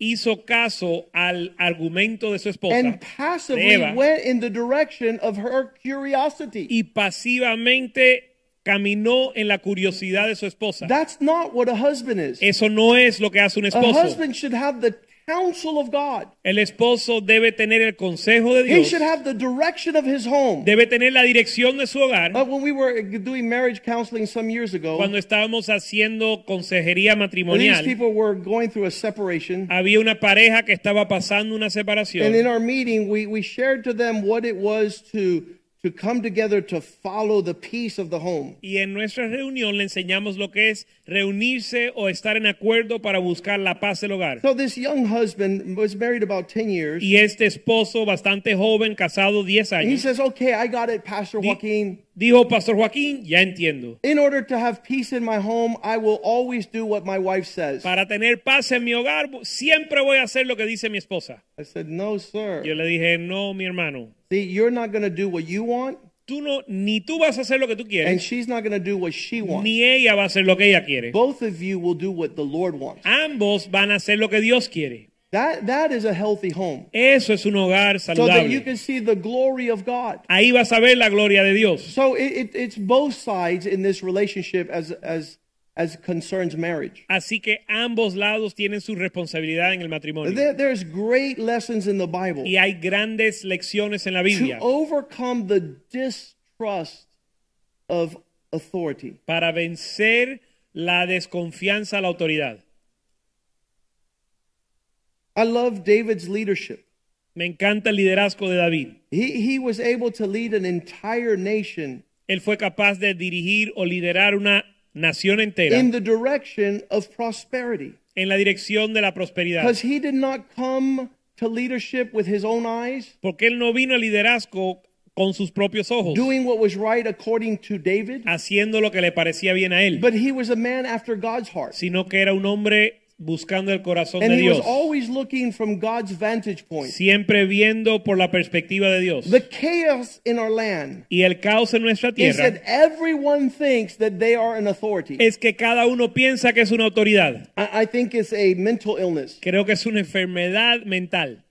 Speaker 3: hizo caso al argumento de su esposa.
Speaker 2: and passively
Speaker 3: Eva.
Speaker 2: went in the direction of her curiosity.
Speaker 3: y pasivamente caminó en la curiosidad de su esposa.
Speaker 2: That's not what a husband is.
Speaker 3: Eso no es lo que hace un
Speaker 2: A
Speaker 3: esposo.
Speaker 2: husband should have the counsel of God.
Speaker 3: El esposo debe tener el consejo de
Speaker 2: He
Speaker 3: Dios.
Speaker 2: should have the direction of his home.
Speaker 3: Debe tener la dirección de su hogar.
Speaker 2: Uh, when we were doing marriage counseling some years ago,
Speaker 3: Cuando estábamos haciendo consejería
Speaker 2: these
Speaker 3: matrimonial,
Speaker 2: people were going through a separation.
Speaker 3: había una pareja que estaba pasando una
Speaker 2: And in
Speaker 3: separación.
Speaker 2: our meeting, we, we shared to them what it was to, to come together to follow the peace of the home.
Speaker 3: Y en nuestra reunión le enseñamos lo que es reunirse o estar en acuerdo para buscar la paz del hogar.
Speaker 2: So this young husband was married about 10 years.
Speaker 3: Y este esposo bastante joven, casado 10
Speaker 2: And he
Speaker 3: años,
Speaker 2: says, Okay, I got it, Pastor
Speaker 3: Di-
Speaker 2: Joaquin.
Speaker 3: dijo, Pastor Joaquín, ya entiendo.
Speaker 2: In order to have peace in my home, I will always do what my wife says.
Speaker 3: Para tener paz en mi hogar, siempre voy a hacer lo que dice mi esposa.
Speaker 2: I said, No, sir.
Speaker 3: Yo le dije, no, mi hermano,
Speaker 2: See, you're not going to do what you want,
Speaker 3: tú no, ni tú vas a hacer lo que tú
Speaker 2: and
Speaker 3: quieres,
Speaker 2: she's not going to do what she wants.
Speaker 3: ni ella va a hacer lo que ella quiere.
Speaker 2: Both of you will do what the Lord wants.
Speaker 3: Ambos van a hacer lo que Dios quiere.
Speaker 2: That, that is a healthy home.
Speaker 3: Eso es un hogar
Speaker 2: So that you
Speaker 3: saludable.
Speaker 2: can see the glory of God.
Speaker 3: Ahí vas a ver la gloria de Dios.
Speaker 2: So it, it, it's both sides in this relationship as, as, as concerns marriage.
Speaker 3: Así que ambos lados tienen su responsabilidad en el matrimonio.
Speaker 2: There, there's great lessons in the Bible.
Speaker 3: Y hay grandes lecciones en la
Speaker 2: to
Speaker 3: Biblia
Speaker 2: overcome the distrust of authority.
Speaker 3: para vencer la desconfianza a la autoridad.
Speaker 2: I love David's leadership.
Speaker 3: Me encanta el liderazgo de David.
Speaker 2: He, he was able to lead an entire nation
Speaker 3: Él fue capaz de dirigir o liderar una nación entera
Speaker 2: in the direction of prosperity
Speaker 3: en la dirección de la prosperidad.
Speaker 2: because he did not come to leadership with his own eyes,
Speaker 3: Porque él no vino al liderazgo con sus propios ojos,
Speaker 2: doing what was right according to David,
Speaker 3: haciendo lo que le parecía bien a él,
Speaker 2: but he was a man after God's heart.
Speaker 3: sino que era un hombre buscando el corazón
Speaker 2: And
Speaker 3: de
Speaker 2: he was
Speaker 3: Dios,
Speaker 2: always looking from God's vantage point.
Speaker 3: siempre viendo por la perspectiva de Dios.
Speaker 2: The chaos in our land
Speaker 3: Y el caos en nuestra
Speaker 2: is that
Speaker 3: tierra
Speaker 2: everyone thinks that they are an authority.
Speaker 3: es que cada uno piensa que es una autoridad.
Speaker 2: I, I think it's a mental illness.
Speaker 3: Creo que es una enfermedad mental.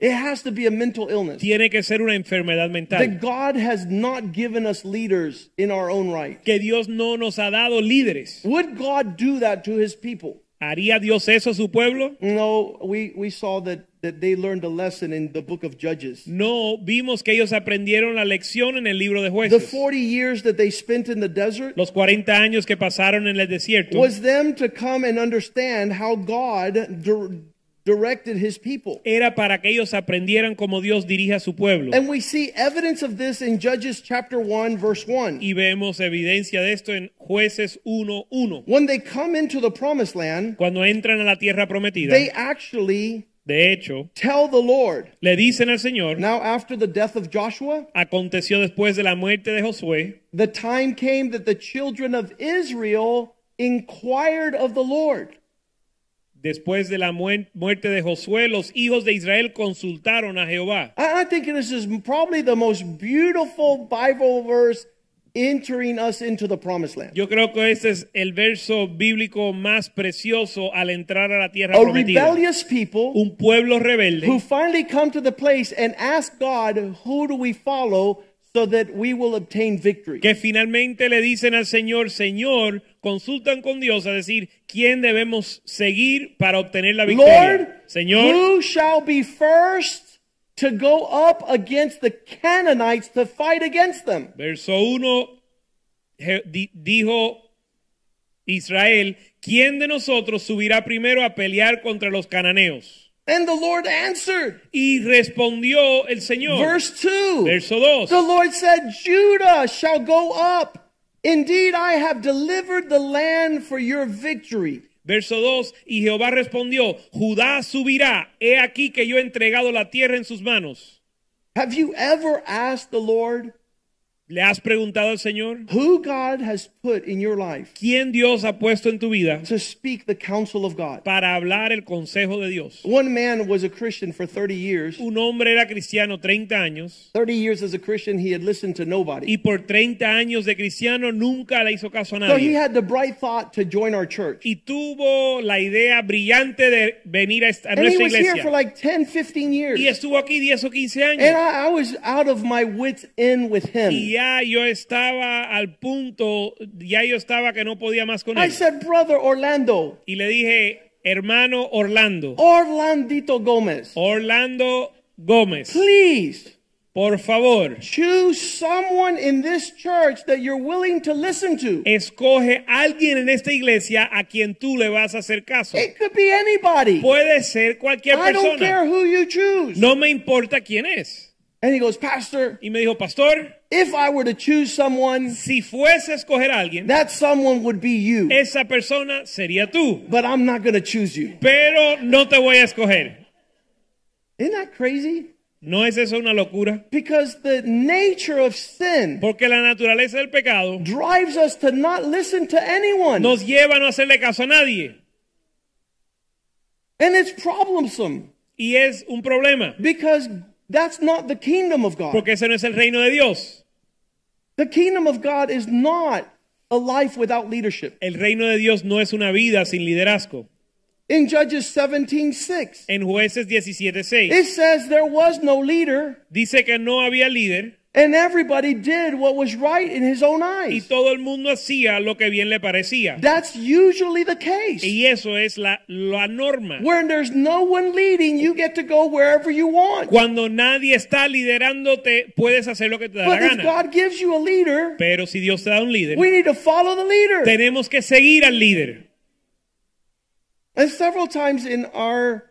Speaker 2: It has to be a mental illness.
Speaker 3: Tiene que ser una enfermedad
Speaker 2: That
Speaker 3: mental.
Speaker 2: God has not given us leaders in our own right.
Speaker 3: Que Dios no nos ha dado líderes.
Speaker 2: Would God do that to his people?
Speaker 3: ¿Haría Dios eso a su pueblo?
Speaker 2: No, we, we saw that, that they learned a lesson in the book of Judges.
Speaker 3: No, vimos que ellos aprendieron la lección en el libro de
Speaker 2: The
Speaker 3: jueces.
Speaker 2: 40 years that they spent in the desert
Speaker 3: Los 40 años que pasaron en el desierto
Speaker 2: was them to come and understand how God dir- directed his people.
Speaker 3: era para que ellos aprendieran cómo Dios dirige a su pueblo.
Speaker 2: And we see evidence of this in Judges chapter 1, verse 1.
Speaker 3: Y vemos evidencia de esto en jueces 1.1.
Speaker 2: When they come into the promised land,
Speaker 3: Cuando entran a la tierra prometida,
Speaker 2: they actually
Speaker 3: de hecho,
Speaker 2: tell the Lord.
Speaker 3: le dicen al Señor,
Speaker 2: Now, after the death of Joshua,
Speaker 3: aconteció después de la muerte de Josué,
Speaker 2: the time came that the children of Israel inquired of the Lord.
Speaker 3: después de la muen- muerte de Josué, los hijos de Israel consultaron a Jehová.
Speaker 2: I, I think this is probably the most beautiful Bible verse entering us into the promised land.
Speaker 3: Yo creo que este es el verso bíblico más precioso al entrar a la tierra
Speaker 2: A
Speaker 3: prometida.
Speaker 2: rebellious people
Speaker 3: Un pueblo rebelde
Speaker 2: who finally come to the place and ask God, Who do we follow so that we will obtain victory?
Speaker 3: que finalmente le dicen al Señor, Señor, consultan con Dios a decir quién debemos seguir para obtener la victoria.
Speaker 2: Lord,
Speaker 3: Señor,
Speaker 2: who shall be first to go up against the Canaanites to fight against them?
Speaker 3: verso 1 dijo Israel, ¿quién de nosotros subirá primero a pelear contra los cananeos?
Speaker 2: And the Lord answered.
Speaker 3: Y respondió el Señor.
Speaker 2: Verse 2.
Speaker 3: verso 2.
Speaker 2: The Lord said, Judah shall go up. Indeed, I have delivered the land for your victory.
Speaker 3: Verso 2, y Jehová respondió, Judá subirá, he aquí que yo he entregado la tierra en sus manos.
Speaker 2: Have you ever asked the Lord
Speaker 3: ¿Le has preguntado al Señor
Speaker 2: who God has put in your life
Speaker 3: quién Dios ha puesto en tu vida
Speaker 2: to speak the counsel of God?
Speaker 3: para hablar el consejo de Dios?
Speaker 2: One man was a Christian for 30 years.
Speaker 3: Un hombre era cristiano 30 años
Speaker 2: 30 years as a Christian, he had listened to nobody.
Speaker 3: y por 30 años de cristiano nunca le hizo caso a
Speaker 2: So he
Speaker 3: nadie.
Speaker 2: had the bright thought to join our church.
Speaker 3: Y tuvo la idea brillante de venir a, esta- a
Speaker 2: And he
Speaker 3: nuestra
Speaker 2: was here for
Speaker 3: iglesia.
Speaker 2: like 10, 15 years.
Speaker 3: Y estuvo aquí 10 o 15
Speaker 2: And
Speaker 3: años.
Speaker 2: I, I was out of my wits end with him.
Speaker 3: Y ya yo estaba al punto, ya yo estaba que no podía más con
Speaker 2: I
Speaker 3: él.
Speaker 2: said, Brother Orlando,
Speaker 3: Y le dije, hermano Orlando,
Speaker 2: Orlandito Gomez,
Speaker 3: Oh. Orlando Gómez,
Speaker 2: please
Speaker 3: por favor,
Speaker 2: choose someone in this church that you're willing to listen to.
Speaker 3: Eh. escoge a alguien en esta iglesia a quien tú le vas a hacer caso.
Speaker 2: It could be anybody.
Speaker 3: Puede ser cualquier
Speaker 2: I don't care
Speaker 3: persona.
Speaker 2: who you choose.
Speaker 3: No me importa quién es.
Speaker 2: And he goes, Pastor,
Speaker 3: Y me dijo, pastor,
Speaker 2: if I were to choose someone,
Speaker 3: si fuese a escoger a alguien,
Speaker 2: that someone would be you.
Speaker 3: esa persona sería tú.
Speaker 2: But I'm not going to choose you.
Speaker 3: Pero no te voy a escoger.
Speaker 2: Isn't that crazy?
Speaker 3: ¿No es eso una locura?
Speaker 2: Because the nature of sin
Speaker 3: Porque la naturaleza del pecado
Speaker 2: drives us to not listen to anyone.
Speaker 3: nos lleva a no hacerle caso a nadie.
Speaker 2: And it's problemsome
Speaker 3: Y es un problema.
Speaker 2: because that's not the kingdom of God.
Speaker 3: Porque ese no es el reino de Dios.
Speaker 2: The kingdom of God is not a life without leadership.
Speaker 3: El reino de Dios no es una vida sin liderazgo.
Speaker 2: In Judges 17 6,
Speaker 3: En jueces 17.6
Speaker 2: it says there was no leader,
Speaker 3: dice que no había líder
Speaker 2: and everybody did what was right in his own
Speaker 3: y
Speaker 2: eyes.
Speaker 3: todo el mundo hacía lo que bien le parecía.
Speaker 2: That's usually the case.
Speaker 3: Y eso es la, la norma.
Speaker 2: When there's no one leading, you get to go wherever you want.
Speaker 3: Cuando nadie está liderándote, puedes hacer lo que te da la
Speaker 2: But if
Speaker 3: gana.
Speaker 2: God gives you a leader,
Speaker 3: Pero si Dios te da un líder,
Speaker 2: we need to follow the leader.
Speaker 3: tenemos que seguir al líder.
Speaker 2: And several times in our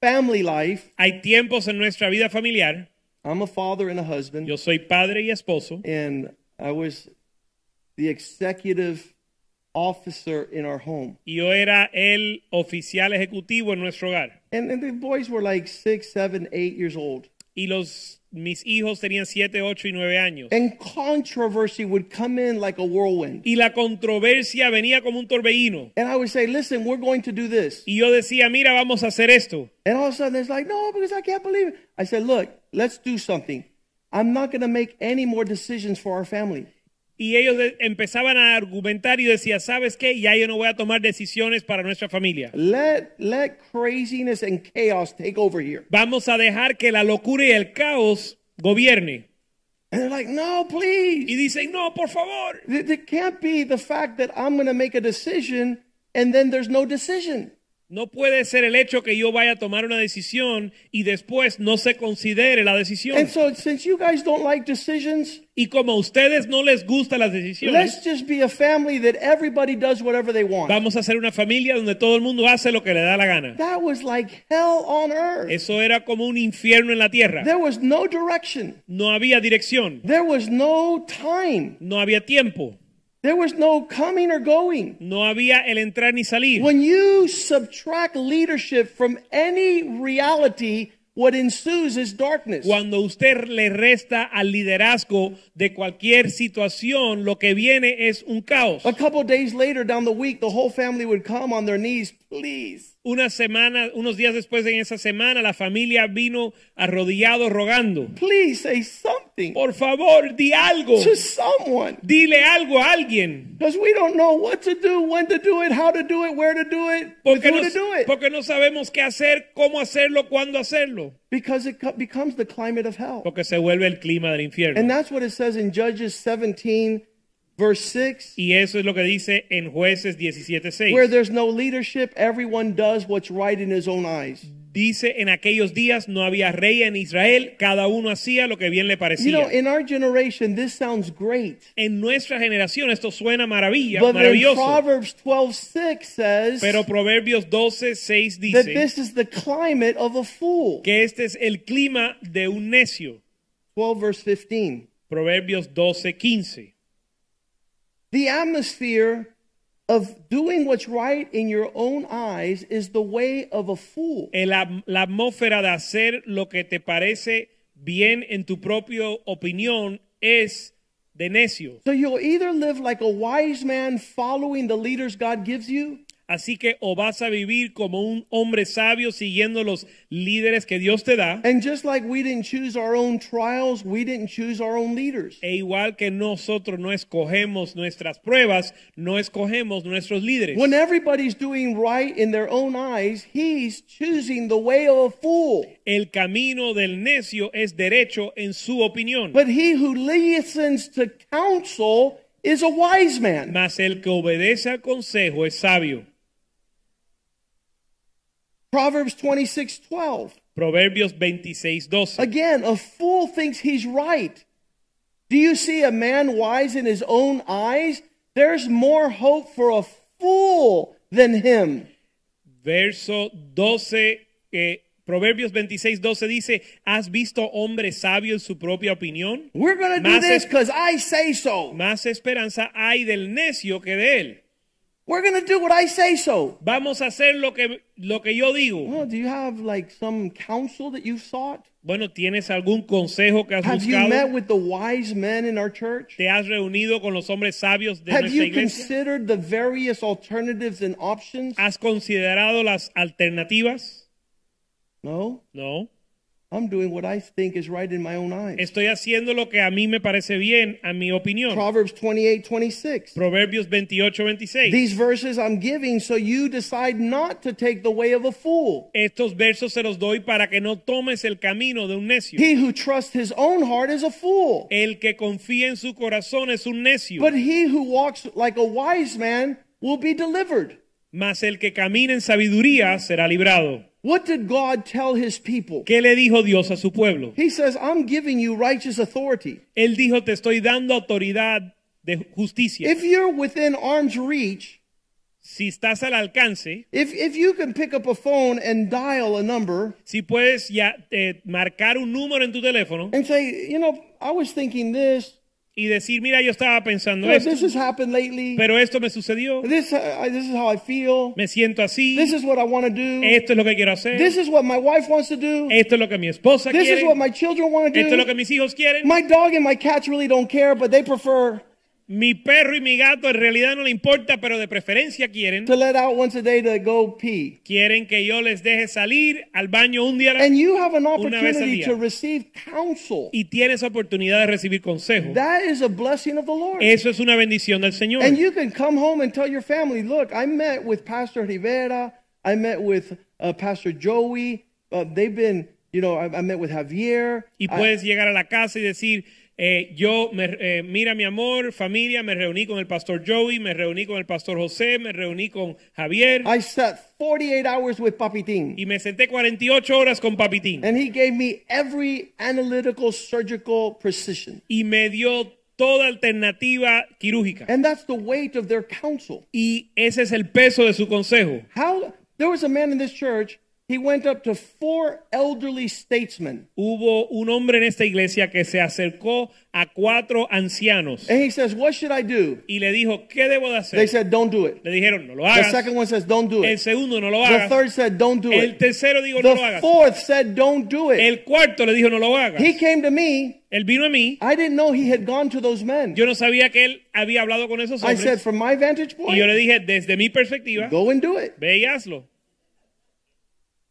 Speaker 2: family life,
Speaker 3: Hay tiempos en nuestra vida familiar.
Speaker 2: I'm a father and a husband.
Speaker 3: Yo soy padre y esposo.
Speaker 2: and I was the executive officer in our home.
Speaker 3: Y yo era el oficial ejecutivo en nuestro hogar.
Speaker 2: And, and the boys were like six, seven, eight years old.
Speaker 3: Y los, mis hijos tenían 7, 8 y 9 años.
Speaker 2: And controversy would come in like a whirlwind.
Speaker 3: Y la controversia venía como un torbellino.
Speaker 2: And I would say, listen, we're going to do this.
Speaker 3: Y yo decía, mira, vamos a hacer esto.
Speaker 2: And all of a sudden, it's like, no, because I can't believe it. I said, look, let's do something. I'm not going to make any more decisions for our family.
Speaker 3: Y ellos de- empezaban a argumentar y decía, ¿sabes qué? Ya yo no voy a tomar decisiones para nuestra familia.
Speaker 2: Let, let craziness and chaos take over here.
Speaker 3: Vamos a dejar que la locura y el caos gobierne.
Speaker 2: And they're like, no, please.
Speaker 3: Y dicen, no, por favor.
Speaker 2: Th- It can't be the fact that I'm going to make a decision and then there's no decision.
Speaker 3: No puede ser el hecho que yo vaya a tomar una decisión y después no se considere la decisión.
Speaker 2: And so, since you guys don't like decisions,
Speaker 3: Y como a ustedes no les gustan las
Speaker 2: let's
Speaker 3: decisiones,
Speaker 2: just be a family that everybody does whatever they want.
Speaker 3: vamos a hacer una familia donde todo el mundo hace lo que le da la gana.
Speaker 2: That was like hell on earth.
Speaker 3: Eso era como un infierno en la tierra.
Speaker 2: There was no direction,
Speaker 3: No había dirección,
Speaker 2: there was no time,
Speaker 3: no había tiempo,
Speaker 2: there was no coming or going.
Speaker 3: no había el entrar ni salir.
Speaker 2: When you subtract leadership from any reality, what ensues is darkness.
Speaker 3: Cuando usted le resta al liderazgo de cualquier situación, lo que viene es un caos.
Speaker 2: A couple days later down the week, the whole family would come on their knees, please.
Speaker 3: Una semana, unos días después de esa semana, la familia vino arrodillado rogando.
Speaker 2: Please say something
Speaker 3: Por favor, di algo.
Speaker 2: to someone
Speaker 3: Dile algo a alguien.
Speaker 2: because we don't know what to do, when to do it, how to do it, where to do it, with
Speaker 3: Porque
Speaker 2: who
Speaker 3: no,
Speaker 2: to do it.
Speaker 3: porque no sabemos qué hacer, cómo hacerlo, cuándo hacerlo.
Speaker 2: Because it co- becomes the climate of hell.
Speaker 3: Porque se vuelve el clima del
Speaker 2: And
Speaker 3: infierno.
Speaker 2: that's what it says in Judges 17, verse 6.
Speaker 3: Y eso es lo que dice en Jueces
Speaker 2: Where
Speaker 3: 17:6.
Speaker 2: there's no leadership, everyone does what's right in his own eyes.
Speaker 3: Dice, en aquellos días no había rey en Israel, cada uno hacía lo que bien le
Speaker 2: You know,
Speaker 3: parecía.
Speaker 2: in our generation, this sounds great.
Speaker 3: En nuestra generación esto suena maravilla,
Speaker 2: But then
Speaker 3: maravilloso.
Speaker 2: Proverbs 12, 6 says
Speaker 3: Pero Proverbios 12:6
Speaker 2: that
Speaker 3: dice
Speaker 2: this is the climate of a fool.
Speaker 3: que este es el clima de un necio.
Speaker 2: 12, verse 15.
Speaker 3: Proverbios 12:15.
Speaker 2: The atmosphere of doing what's right in your own eyes is the way of a fool.
Speaker 3: El am- La atmósfera de hacer lo que te parece bien en tu propia opinión es de necio.
Speaker 2: So you'll either live like a wise man following the leaders God gives you,
Speaker 3: Así que o vas a vivir como un hombre sabio siguiendo los líderes que Dios te da,
Speaker 2: and just like we didn't choose our own trials, we didn't choose our own leaders.
Speaker 3: e igual que nosotros no escogemos nuestras pruebas, no escogemos nuestros líderes.
Speaker 2: When everybody's doing right in their own eyes, he's choosing the way of a fool.
Speaker 3: El camino del necio es derecho en su opinión,
Speaker 2: But he who listens to counsel is a wise man.
Speaker 3: mas el que obedece al consejo es sabio.
Speaker 2: Proverbs 26 12.
Speaker 3: Proverbios 26, 12.
Speaker 2: Again, a fool thinks he's right. Do you see a man wise in his own eyes? There's more hope for a fool than him.
Speaker 3: Verso 12, eh, Proverbios 26, 12 dice, ¿has visto hombre sabio en su propia opinión?
Speaker 2: We're going to do
Speaker 3: Más
Speaker 2: this
Speaker 3: es-
Speaker 2: because I say so.
Speaker 3: Más esperanza hay del necio que de él.
Speaker 2: We're going to do what I say so.
Speaker 3: Vamos a hacer lo que, lo que yo digo.
Speaker 2: Well, do you have like some counsel that you've sought?
Speaker 3: Bueno, ¿tienes algún consejo que has
Speaker 2: Have you met
Speaker 3: buscado?
Speaker 2: with the wise men in our church?
Speaker 3: ¿Te has reunido con los hombres sabios de
Speaker 2: Have
Speaker 3: nuestra
Speaker 2: you
Speaker 3: iglesia?
Speaker 2: considered the various alternatives and options?
Speaker 3: ¿Has considerado las alternativas?
Speaker 2: No,
Speaker 3: No.
Speaker 2: I'm doing what I think is right in my own eyes.
Speaker 3: Estoy haciendo lo que a mí me parece bien, a mi opinión.
Speaker 2: <laughs> Proverbs 28 26.
Speaker 3: Proverbios 28, 26.
Speaker 2: These verses I'm giving so you decide not to take the way of a fool.
Speaker 3: Estos versos se los doy para que no tomes el camino de un necio.
Speaker 2: He who trusts his own heart is a fool,
Speaker 3: El que confía en su corazón es un necio,
Speaker 2: but he who walks like a wise man will be delivered.
Speaker 3: mas el que camina en sabiduría será librado.
Speaker 2: What did God tell his people?
Speaker 3: ¿Qué le dijo Dios a su pueblo?
Speaker 2: He says, I'm giving you righteous authority.
Speaker 3: Él dijo, te estoy dando autoridad de justicia.
Speaker 2: If you're within arm's reach,
Speaker 3: si estás al alcance,
Speaker 2: if, if you can pick up a phone and dial a number
Speaker 3: si puedes ya eh, marcar un número en tu teléfono
Speaker 2: and say, you know, I was thinking this,
Speaker 3: y decir, mira, yo estaba pensando
Speaker 2: Well,
Speaker 3: esto,
Speaker 2: this has happened lately.
Speaker 3: pero esto me sucedió,
Speaker 2: This, uh, I- this is how I feel.
Speaker 3: me siento así,
Speaker 2: This is what I want to do.
Speaker 3: esto es lo que quiero hacer,
Speaker 2: This is what my wife wants to do.
Speaker 3: esto es lo que mi esposa
Speaker 2: This
Speaker 3: quiere,
Speaker 2: is what my children want to
Speaker 3: esto es lo que
Speaker 2: do.
Speaker 3: mis hijos quieren.
Speaker 2: My dog and my cats really don't care, but they prefer
Speaker 3: Mi perro y mi gato en realidad no le importa, pero de preferencia quieren.
Speaker 2: to let out once a day to go pee.
Speaker 3: Quieren que yo les deje salir al baño un día a la-
Speaker 2: And you have an
Speaker 3: vez al
Speaker 2: opportunity
Speaker 3: día.
Speaker 2: to receive counsel.
Speaker 3: y tienes oportunidad de recibir consejo.
Speaker 2: That is a blessing of the Lord.
Speaker 3: Eso es una bendición del Señor.
Speaker 2: And you can come home and tell your family, look, I met with Pastor Rivera, I met with uh, Pastor Joey, uh, they've been, you know, I, I met with Javier.
Speaker 3: y
Speaker 2: I-
Speaker 3: puedes llegar a la casa y decir, eh, yo, me- eh, mira mi amor, familia, me reuní con el pastor Joey, me reuní con el pastor José, me reuní con Javier
Speaker 2: I sat 48 hours with Papitin,
Speaker 3: y me senté 48 horas con Papitín.
Speaker 2: and he gave me every analytical, surgical precision.
Speaker 3: y me dio toda alternativa quirúrgica.
Speaker 2: And that's the weight of their counsel.
Speaker 3: y ese es el peso de su consejo.
Speaker 2: How there was a man in this church, he went up to four elderly statesmen,
Speaker 3: hubo un hombre en esta iglesia que se acercó a cuatro ancianos
Speaker 2: and he says, "What should I do?"
Speaker 3: y le dijo, ¿qué debo de
Speaker 2: They
Speaker 3: hacer?
Speaker 2: said, "Don't do it."
Speaker 3: Le dijeron, no lo
Speaker 2: The
Speaker 3: hagas.
Speaker 2: second one says, "Don't do
Speaker 3: El
Speaker 2: it."
Speaker 3: segundo, no lo
Speaker 2: The
Speaker 3: hagas.
Speaker 2: third said, "Don't do
Speaker 3: El
Speaker 2: it."
Speaker 3: tercero dijo, no lo
Speaker 2: The
Speaker 3: hagas.
Speaker 2: fourth said, "Don't do it."
Speaker 3: El cuarto le dijo, no lo hagas.
Speaker 2: He came to me.
Speaker 3: Él vino a mí.
Speaker 2: I didn't know he had gone to those men.
Speaker 3: Yo no sabía que él había hablado con esos
Speaker 2: I said,
Speaker 3: hombres.
Speaker 2: "From my vantage
Speaker 3: Y yo le
Speaker 2: point,
Speaker 3: dije, desde mi perspectiva,
Speaker 2: go and do it."
Speaker 3: ve y hazlo.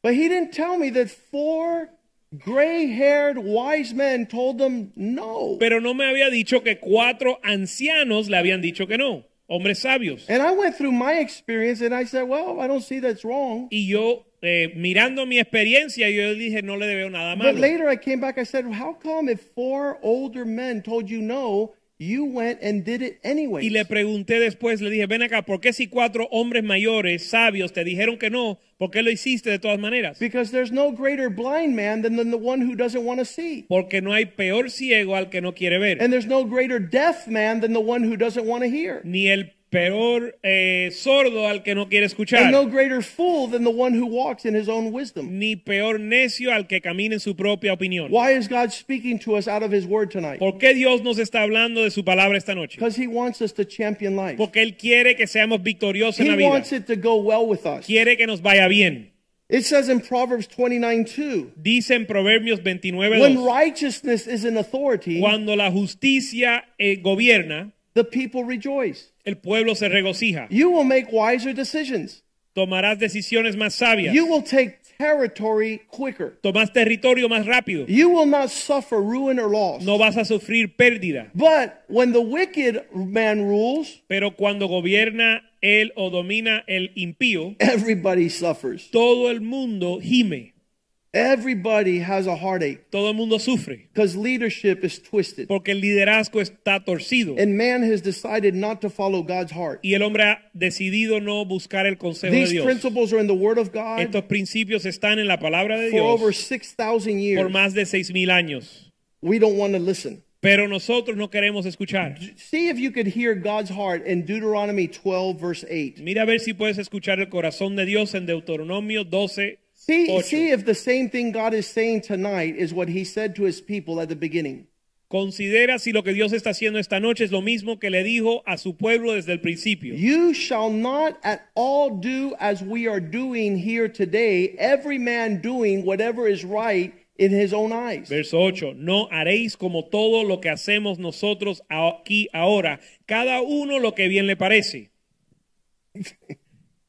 Speaker 2: But he didn't tell me that four gray-haired wise men told them no.
Speaker 3: Pero no me había dicho que cuatro ancianos le habían dicho que no. Hombres sabios.
Speaker 2: And I went through my experience and I said, well, I don't see that's wrong.
Speaker 3: Y yo, eh, mirando mi experiencia, yo dije, no le veo nada
Speaker 2: But
Speaker 3: malo.
Speaker 2: later I came back, I said, how come if four older men told you no, you went and did it anyway?
Speaker 3: Y le pregunté después, le dije, ven acá, ¿por qué si cuatro hombres mayores, sabios, te dijeron que no, por qué lo hiciste de todas maneras?
Speaker 2: Because there's no greater blind man than, than the one who doesn't want to see.
Speaker 3: Porque no hay peor ciego al que no quiere ver,
Speaker 2: And there's no greater deaf man than the one who doesn't want to hear.
Speaker 3: ni el peor eh, sordo al que no quiere
Speaker 2: And no
Speaker 3: escuchar,
Speaker 2: greater fool than the one who walks in his own wisdom.
Speaker 3: ni peor necio al que camina en su propia opinión.
Speaker 2: Why is God speaking to us out of his word tonight?
Speaker 3: ¿Por qué Dios nos está hablando de su palabra esta noche?
Speaker 2: Because he wants us to champion life.
Speaker 3: Porque Él quiere que seamos victoriosos en
Speaker 2: He
Speaker 3: la vida,
Speaker 2: wants it to go well with us.
Speaker 3: quiere que nos vaya bien.
Speaker 2: It says in Proverbs 29 2.
Speaker 3: Dice en Proverbios 29,
Speaker 2: When righteousness is in authority,
Speaker 3: cuando la justicia eh, gobierna,
Speaker 2: the people rejoice.
Speaker 3: el pueblo se regocija.
Speaker 2: You will make wiser decisions.
Speaker 3: Tomarás decisiones más sabias.
Speaker 2: You will take territory quicker.
Speaker 3: Tomás territorio más rápido.
Speaker 2: You will not suffer ruin or loss.
Speaker 3: No vas a sufrir pérdida.
Speaker 2: But when the wicked man rules,
Speaker 3: Pero cuando gobierna él o domina el impío,
Speaker 2: everybody suffers.
Speaker 3: todo el mundo gime.
Speaker 2: Everybody has a heartache
Speaker 3: Todo el mundo sufre
Speaker 2: because leadership is twisted.
Speaker 3: porque el liderazgo está torcido
Speaker 2: And man has decided not to follow God's heart.
Speaker 3: y el hombre ha decidido no buscar el consejo de
Speaker 2: These
Speaker 3: Dios.
Speaker 2: principles are in the Word of God
Speaker 3: Estos principios están en la palabra de
Speaker 2: for over
Speaker 3: Dios
Speaker 2: 6,000
Speaker 3: por
Speaker 2: years.
Speaker 3: más de 6.000 años,
Speaker 2: We don't want to listen.
Speaker 3: pero nosotros no queremos escuchar.
Speaker 2: See if you could hear God's heart in Deuteronomy 12, verse 8.
Speaker 3: Mira a ver si puedes escuchar el corazón de Dios en Deuteronomio 12.
Speaker 2: See,
Speaker 3: 8.
Speaker 2: see if the same thing God is saying tonight is what he said to his people at the beginning.
Speaker 3: Considera si lo que Dios está haciendo esta noche es lo mismo que le dijo a su pueblo desde el principio.
Speaker 2: You shall not at all do as we are doing here today, every man doing whatever is right in his own eyes.
Speaker 3: Verso 8, no haréis como todo lo que hacemos nosotros aquí ahora, cada uno lo que bien le parece.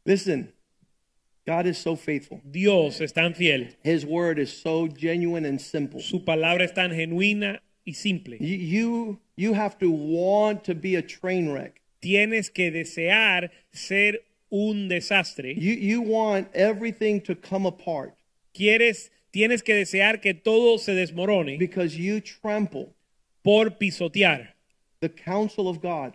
Speaker 2: Listen, God is so faithful.
Speaker 3: Dios es tan fiel,
Speaker 2: His word is so genuine and simple.
Speaker 3: su palabra es tan genuina y simple.
Speaker 2: You, you, you have to want to be a train wreck.
Speaker 3: Tienes que desear ser un desastre.
Speaker 2: You, you want everything to come apart
Speaker 3: Quieres, tienes que desear que todo se desmorone
Speaker 2: because you trample
Speaker 3: por pisotear
Speaker 2: the counsel of God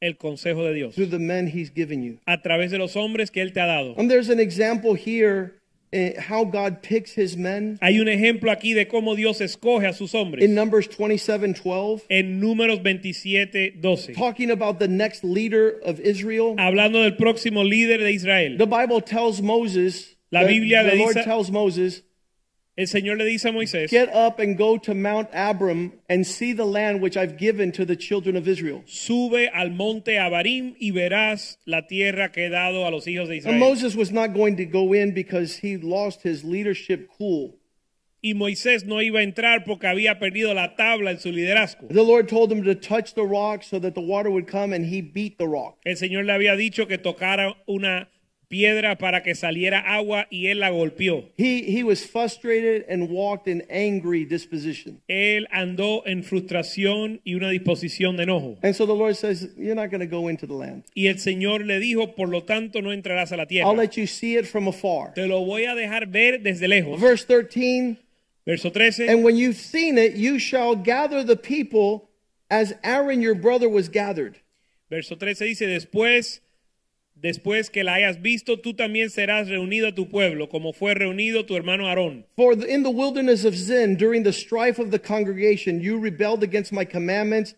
Speaker 3: el consejo de Dios
Speaker 2: through the men he's given you.
Speaker 3: a través de los hombres que Él te ha dado.
Speaker 2: And there's an example here eh, how God picks his men
Speaker 3: Hay un ejemplo aquí de cómo Dios escoge a sus hombres
Speaker 2: in Numbers 27 12,
Speaker 3: en Números 27, 12.
Speaker 2: talking about the next leader of Israel.
Speaker 3: Hablando del próximo líder de Israel,
Speaker 2: The Bible tells Moses,
Speaker 3: La Biblia
Speaker 2: the,
Speaker 3: le
Speaker 2: the Lord
Speaker 3: dice-
Speaker 2: tells Moses,
Speaker 3: el Señor le dice a Moisés,
Speaker 2: Get up and go to Mount Abram and see the land which I've given to the children of Israel.
Speaker 3: sube al monte Abarim y verás la tierra que he dado a los hijos de
Speaker 2: And
Speaker 3: Israel.
Speaker 2: Moses was not going to go in because he lost his leadership cool.
Speaker 3: Y Moisés no iba a entrar porque había perdido la tabla en su liderazgo.
Speaker 2: The Lord told him to touch the rock so that the water would come, and he beat the rock.
Speaker 3: El Señor le había dicho que tocara una piedra para que saliera agua y él la golpeó.
Speaker 2: He, he was frustrated and walked in angry disposition.
Speaker 3: Él andó en frustración y una disposición de enojo.
Speaker 2: And so the Lord says, You're not going to go into the land.
Speaker 3: Y el Señor le dijo, por lo tanto no entrarás a la
Speaker 2: I'll
Speaker 3: tierra.
Speaker 2: let you see it from afar.
Speaker 3: Te lo voy a dejar ver desde lejos.
Speaker 2: Verse 13
Speaker 3: Verso 13.
Speaker 2: And when you've seen it, you shall gather the people as Aaron your brother was gathered.
Speaker 3: Verso 13 dice, después, después que la hayas visto, tú también serás reunido a tu pueblo, como fue reunido tu hermano Aarón.
Speaker 2: For the- in the wilderness of Zin, during the strife of the congregation, you rebelled against my commandments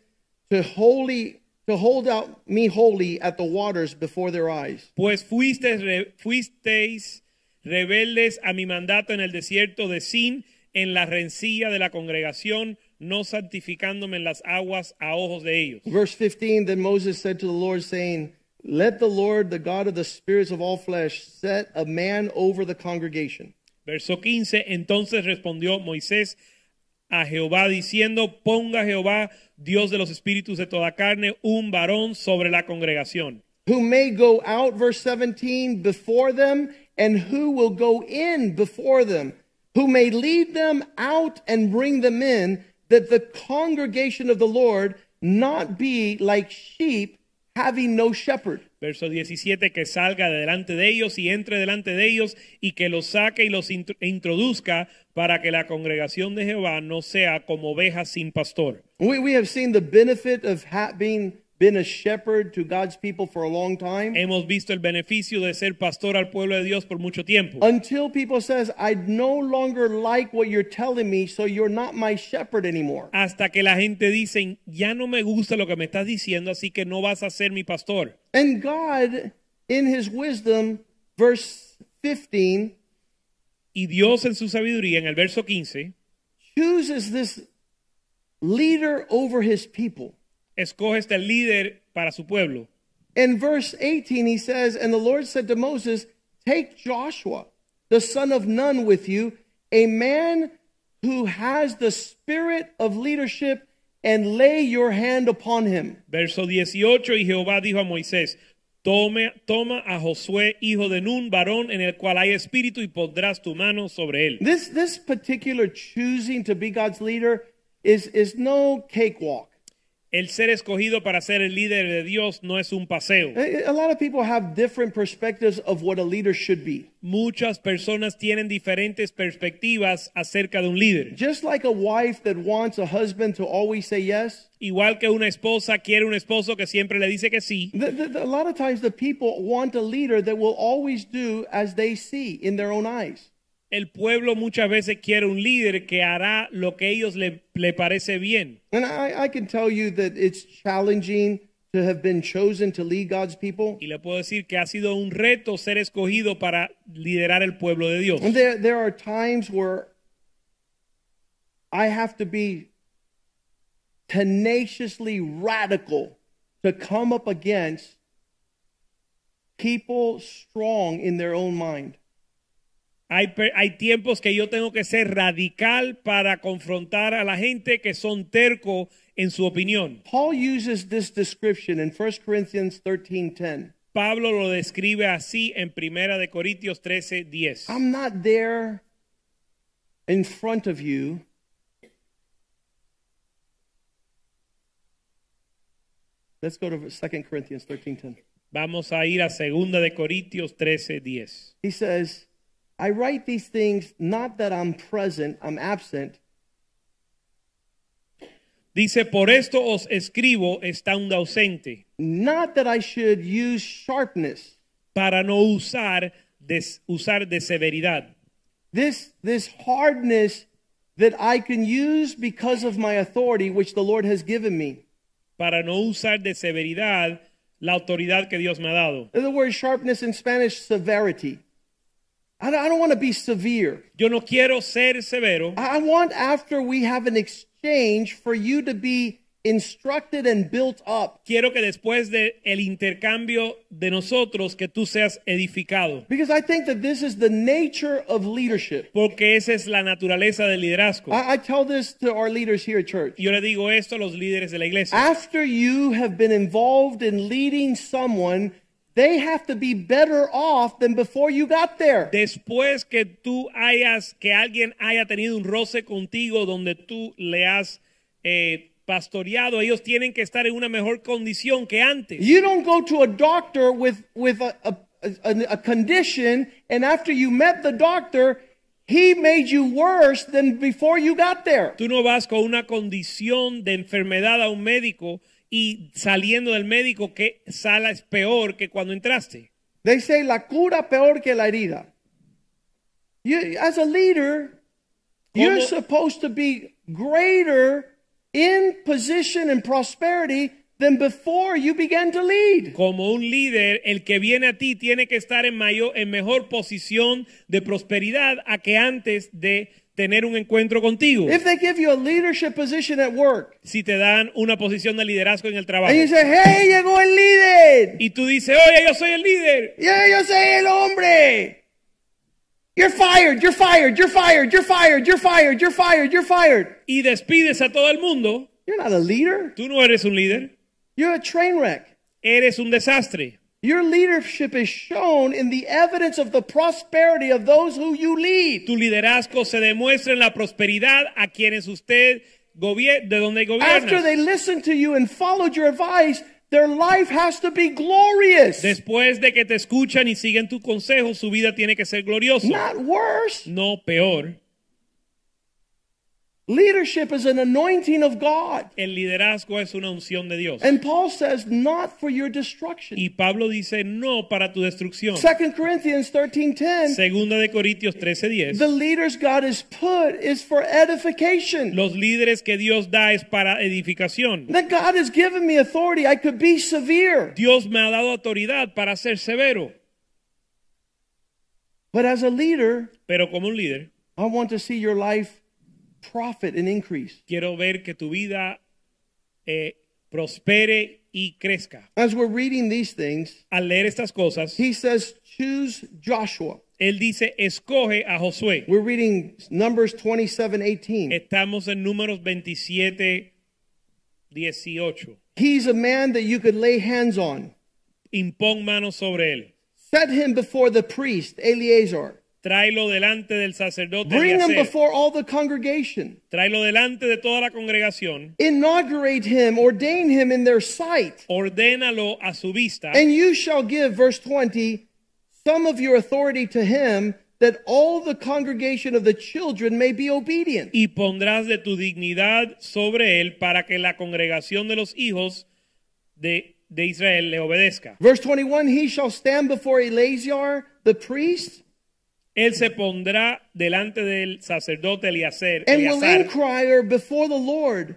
Speaker 2: to holy to hold out me holy at the waters before their eyes.
Speaker 3: Pues fuisteis, re- fuisteis rebeldes a mi mandato en el desierto de Sin, en la rencilla de la congregación, no santificándome en las aguas a ojos de ellos.
Speaker 2: Verse 15 Then Moses said to the Lord, saying, Let the Lord, the God of the spirits of all flesh, set a man over the congregation.
Speaker 3: Verso 15, entonces respondió Moisés a Jehová diciendo, ponga Jehová, Dios de los espíritus de toda carne, un varón sobre la congregación.
Speaker 2: Who may go out, verse 17, before them, and who will go in before them, who may lead them out and bring them in, that the congregation of the Lord not be like sheep having no shepherd.
Speaker 3: Verso 17, que salga de delante de ellos y entre delante de ellos y que los saque y los intro- e introduzca para que la congregación de Jehová no sea como oveja sin pastor.
Speaker 2: We, we have seen the benefit of having been a shepherd to God's people for a long time.
Speaker 3: Hemos visto el beneficio de ser pastor al pueblo de Dios por mucho tiempo.
Speaker 2: until people says i no longer like what you're telling me so you're not my shepherd anymore
Speaker 3: Hasta que la gente dice, ya no me gusta lo que me estás diciendo, así que no vas a ser mi pastor.
Speaker 2: and god in his wisdom verse 15
Speaker 3: Y Dios en su sabiduría, en el verso 15,
Speaker 2: chooses this leader over his people
Speaker 3: escoge este líder para su pueblo.
Speaker 2: in verse 18 he says and the lord said to moses take joshua the son of nun with you a man who has the spirit of leadership and lay your hand upon him
Speaker 3: Verso 18, y Jehová dijo a Moisés, Tome, toma a Josué, hijo de Nun, varón en el cual hay espíritu, y pondrás tu mano sobre él.
Speaker 2: This this particular choosing to be God's leader is is no cakewalk.
Speaker 3: El ser escogido para ser el líder de Dios no es un paseo.
Speaker 2: A a lot of people have different perspectives of what a leader should be.
Speaker 3: Muchas personas tienen diferentes perspectivas acerca de un líder.
Speaker 2: Just like a wife that wants a husband to always say yes,
Speaker 3: Igual que una esposa quiere un esposo que siempre le dice que sí,
Speaker 2: th- th- th- a lot of times the people want a leader that will always do as they see in their own eyes.
Speaker 3: el pueblo muchas veces quiere un líder que hará lo que ellos le, le parece bien.
Speaker 2: And I, I can tell you that it's challenging to have been chosen to lead God's people.
Speaker 3: Y le puedo decir que ha sido un reto ser escogido para liderar el pueblo de Dios.
Speaker 2: And there, there are times where I have to be tenaciously radical to come up against people strong in their own mind.
Speaker 3: Hay, pe- hay tiempos que yo tengo que ser radical para confrontar a la gente que son terco en su opinión.
Speaker 2: Paul uses this description in 1 Corinthians 13:10.
Speaker 3: Pablo lo describe así en Primera de Corintios 13, 10.
Speaker 2: I'm not there in front of you Let's go to 2 Corinthians 13:10.
Speaker 3: Vamos a ir a Segunda de Corintios 13, 10.
Speaker 2: He says, I write these things not that I'm present, I'm absent,
Speaker 3: Dice, por esto os escribo estando ausente,
Speaker 2: not that I should use sharpness.
Speaker 3: para no usar, des- usar de severidad.
Speaker 2: This this hardness that I can use because of my authority which the Lord has given me.
Speaker 3: Para no usar de severidad la autoridad que Dios me ha dado.
Speaker 2: The word sharpness in Spanish, severity. I don't, I don't want to be severe.
Speaker 3: Yo no quiero ser severo.
Speaker 2: I I want after we have an exchange for you to be instructed and built up.
Speaker 3: Quiero que después de el intercambio de nosotros, que tú seas edificado.
Speaker 2: Because I think that this is the nature of leadership.
Speaker 3: Porque esa es la naturaleza del liderazgo.
Speaker 2: I, I tell this to our leaders here at church.
Speaker 3: Yo le digo esto a los líderes de la iglesia.
Speaker 2: After you have been involved in leading someone, they have to be better off than before you got there.
Speaker 3: Después que tú hayas, que alguien haya tenido un roce contigo donde tú le has eh, pastoreado, ellos tienen que estar en una mejor condición que antes.
Speaker 2: You don't go to a doctor with with a a, a, a condition, and after you met the doctor, he made you worse than before you got there.
Speaker 3: Tú no vas con una condición de enfermedad a un médico y saliendo del médico que salas peor que cuando entraste.
Speaker 2: They say la cura peor que la herida. You, as a leader, you're
Speaker 3: Como-
Speaker 2: supposed to be greater in position and prosperity than before you began to lead.
Speaker 3: Como un líder, el que viene a ti tiene que estar en, mayor, en mejor posición de prosperidad a que antes de tener un encuentro contigo.
Speaker 2: If they give you a leadership position at work,
Speaker 3: si te dan una posición de liderazgo en el trabajo.
Speaker 2: and you say, hey, llegó el líder.
Speaker 3: Y tú dices, oye, yo soy el líder.
Speaker 2: Yeah, yo soy el hombre. You're fired, you're fired, you're fired, you're fired, you're fired, you're fired, you're fired.
Speaker 3: Y despides a todo el mundo.
Speaker 2: You're not a leader.
Speaker 3: Tú no eres un líder.
Speaker 2: You're a train wreck.
Speaker 3: Eres un desastre.
Speaker 2: Your leadership is shown in the evidence of the prosperity of those who you lead.
Speaker 3: Tu liderazgo se demuestra en la prosperidad a quienes usted gobier- de donde
Speaker 2: After
Speaker 3: gobierna.
Speaker 2: they listened to you and followed your advice, their life has to be glorious,
Speaker 3: Después de que te escuchan y siguen tu consejo, su vida tiene que ser gloriosa.
Speaker 2: not worse.
Speaker 3: No peor.
Speaker 2: Leadership is an anointing of God.
Speaker 3: El liderazgo es una unción de Dios.
Speaker 2: And Paul says, not for your destruction.
Speaker 3: Y Pablo dice no para tu destrucción.
Speaker 2: 2 Corinthians 13:10
Speaker 3: Segunda de Corintios 13:10.
Speaker 2: The leaders God has put is for edification.
Speaker 3: Los líderes que Dios da es para edificación.
Speaker 2: That God has given me authority. I could be severe.
Speaker 3: Dios me ha dado autoridad para ser severo,
Speaker 2: But as a leader,
Speaker 3: pero como un líder
Speaker 2: I want to see your life profit and increase.
Speaker 3: quiero ver que tu vida eh, prospere y crezca.
Speaker 2: As we're reading these things,
Speaker 3: Al leer estas cosas,
Speaker 2: he says, choose Joshua.
Speaker 3: él dice, escoge a Josué.
Speaker 2: We're reading Numbers 27 18.
Speaker 3: Estamos en números 27, 18.
Speaker 2: He's a man that you could lay hands on.
Speaker 3: Impón manos sobre él.
Speaker 2: Set him before the priest, Eleazar,
Speaker 3: tráelo delante del sacerdote
Speaker 2: Bring him
Speaker 3: Eliezer.
Speaker 2: before all the congregation.
Speaker 3: tráelo delante de toda la congregación,
Speaker 2: Inaugurate him, ordain him in their sight.
Speaker 3: ordénalo a su vista
Speaker 2: And you shall give, verse 20, some of your authority to him, that all the congregation of the children may be obedient.
Speaker 3: y pondrás de tu dignidad sobre él para que la congregación de los hijos de, de Israel le obedezca.
Speaker 2: Verse 21 He shall stand before Eleazar the priest,
Speaker 3: Él se pondrá delante del sacerdote Eliezer,
Speaker 2: and will
Speaker 3: Eleazar,
Speaker 2: inquire before the Lord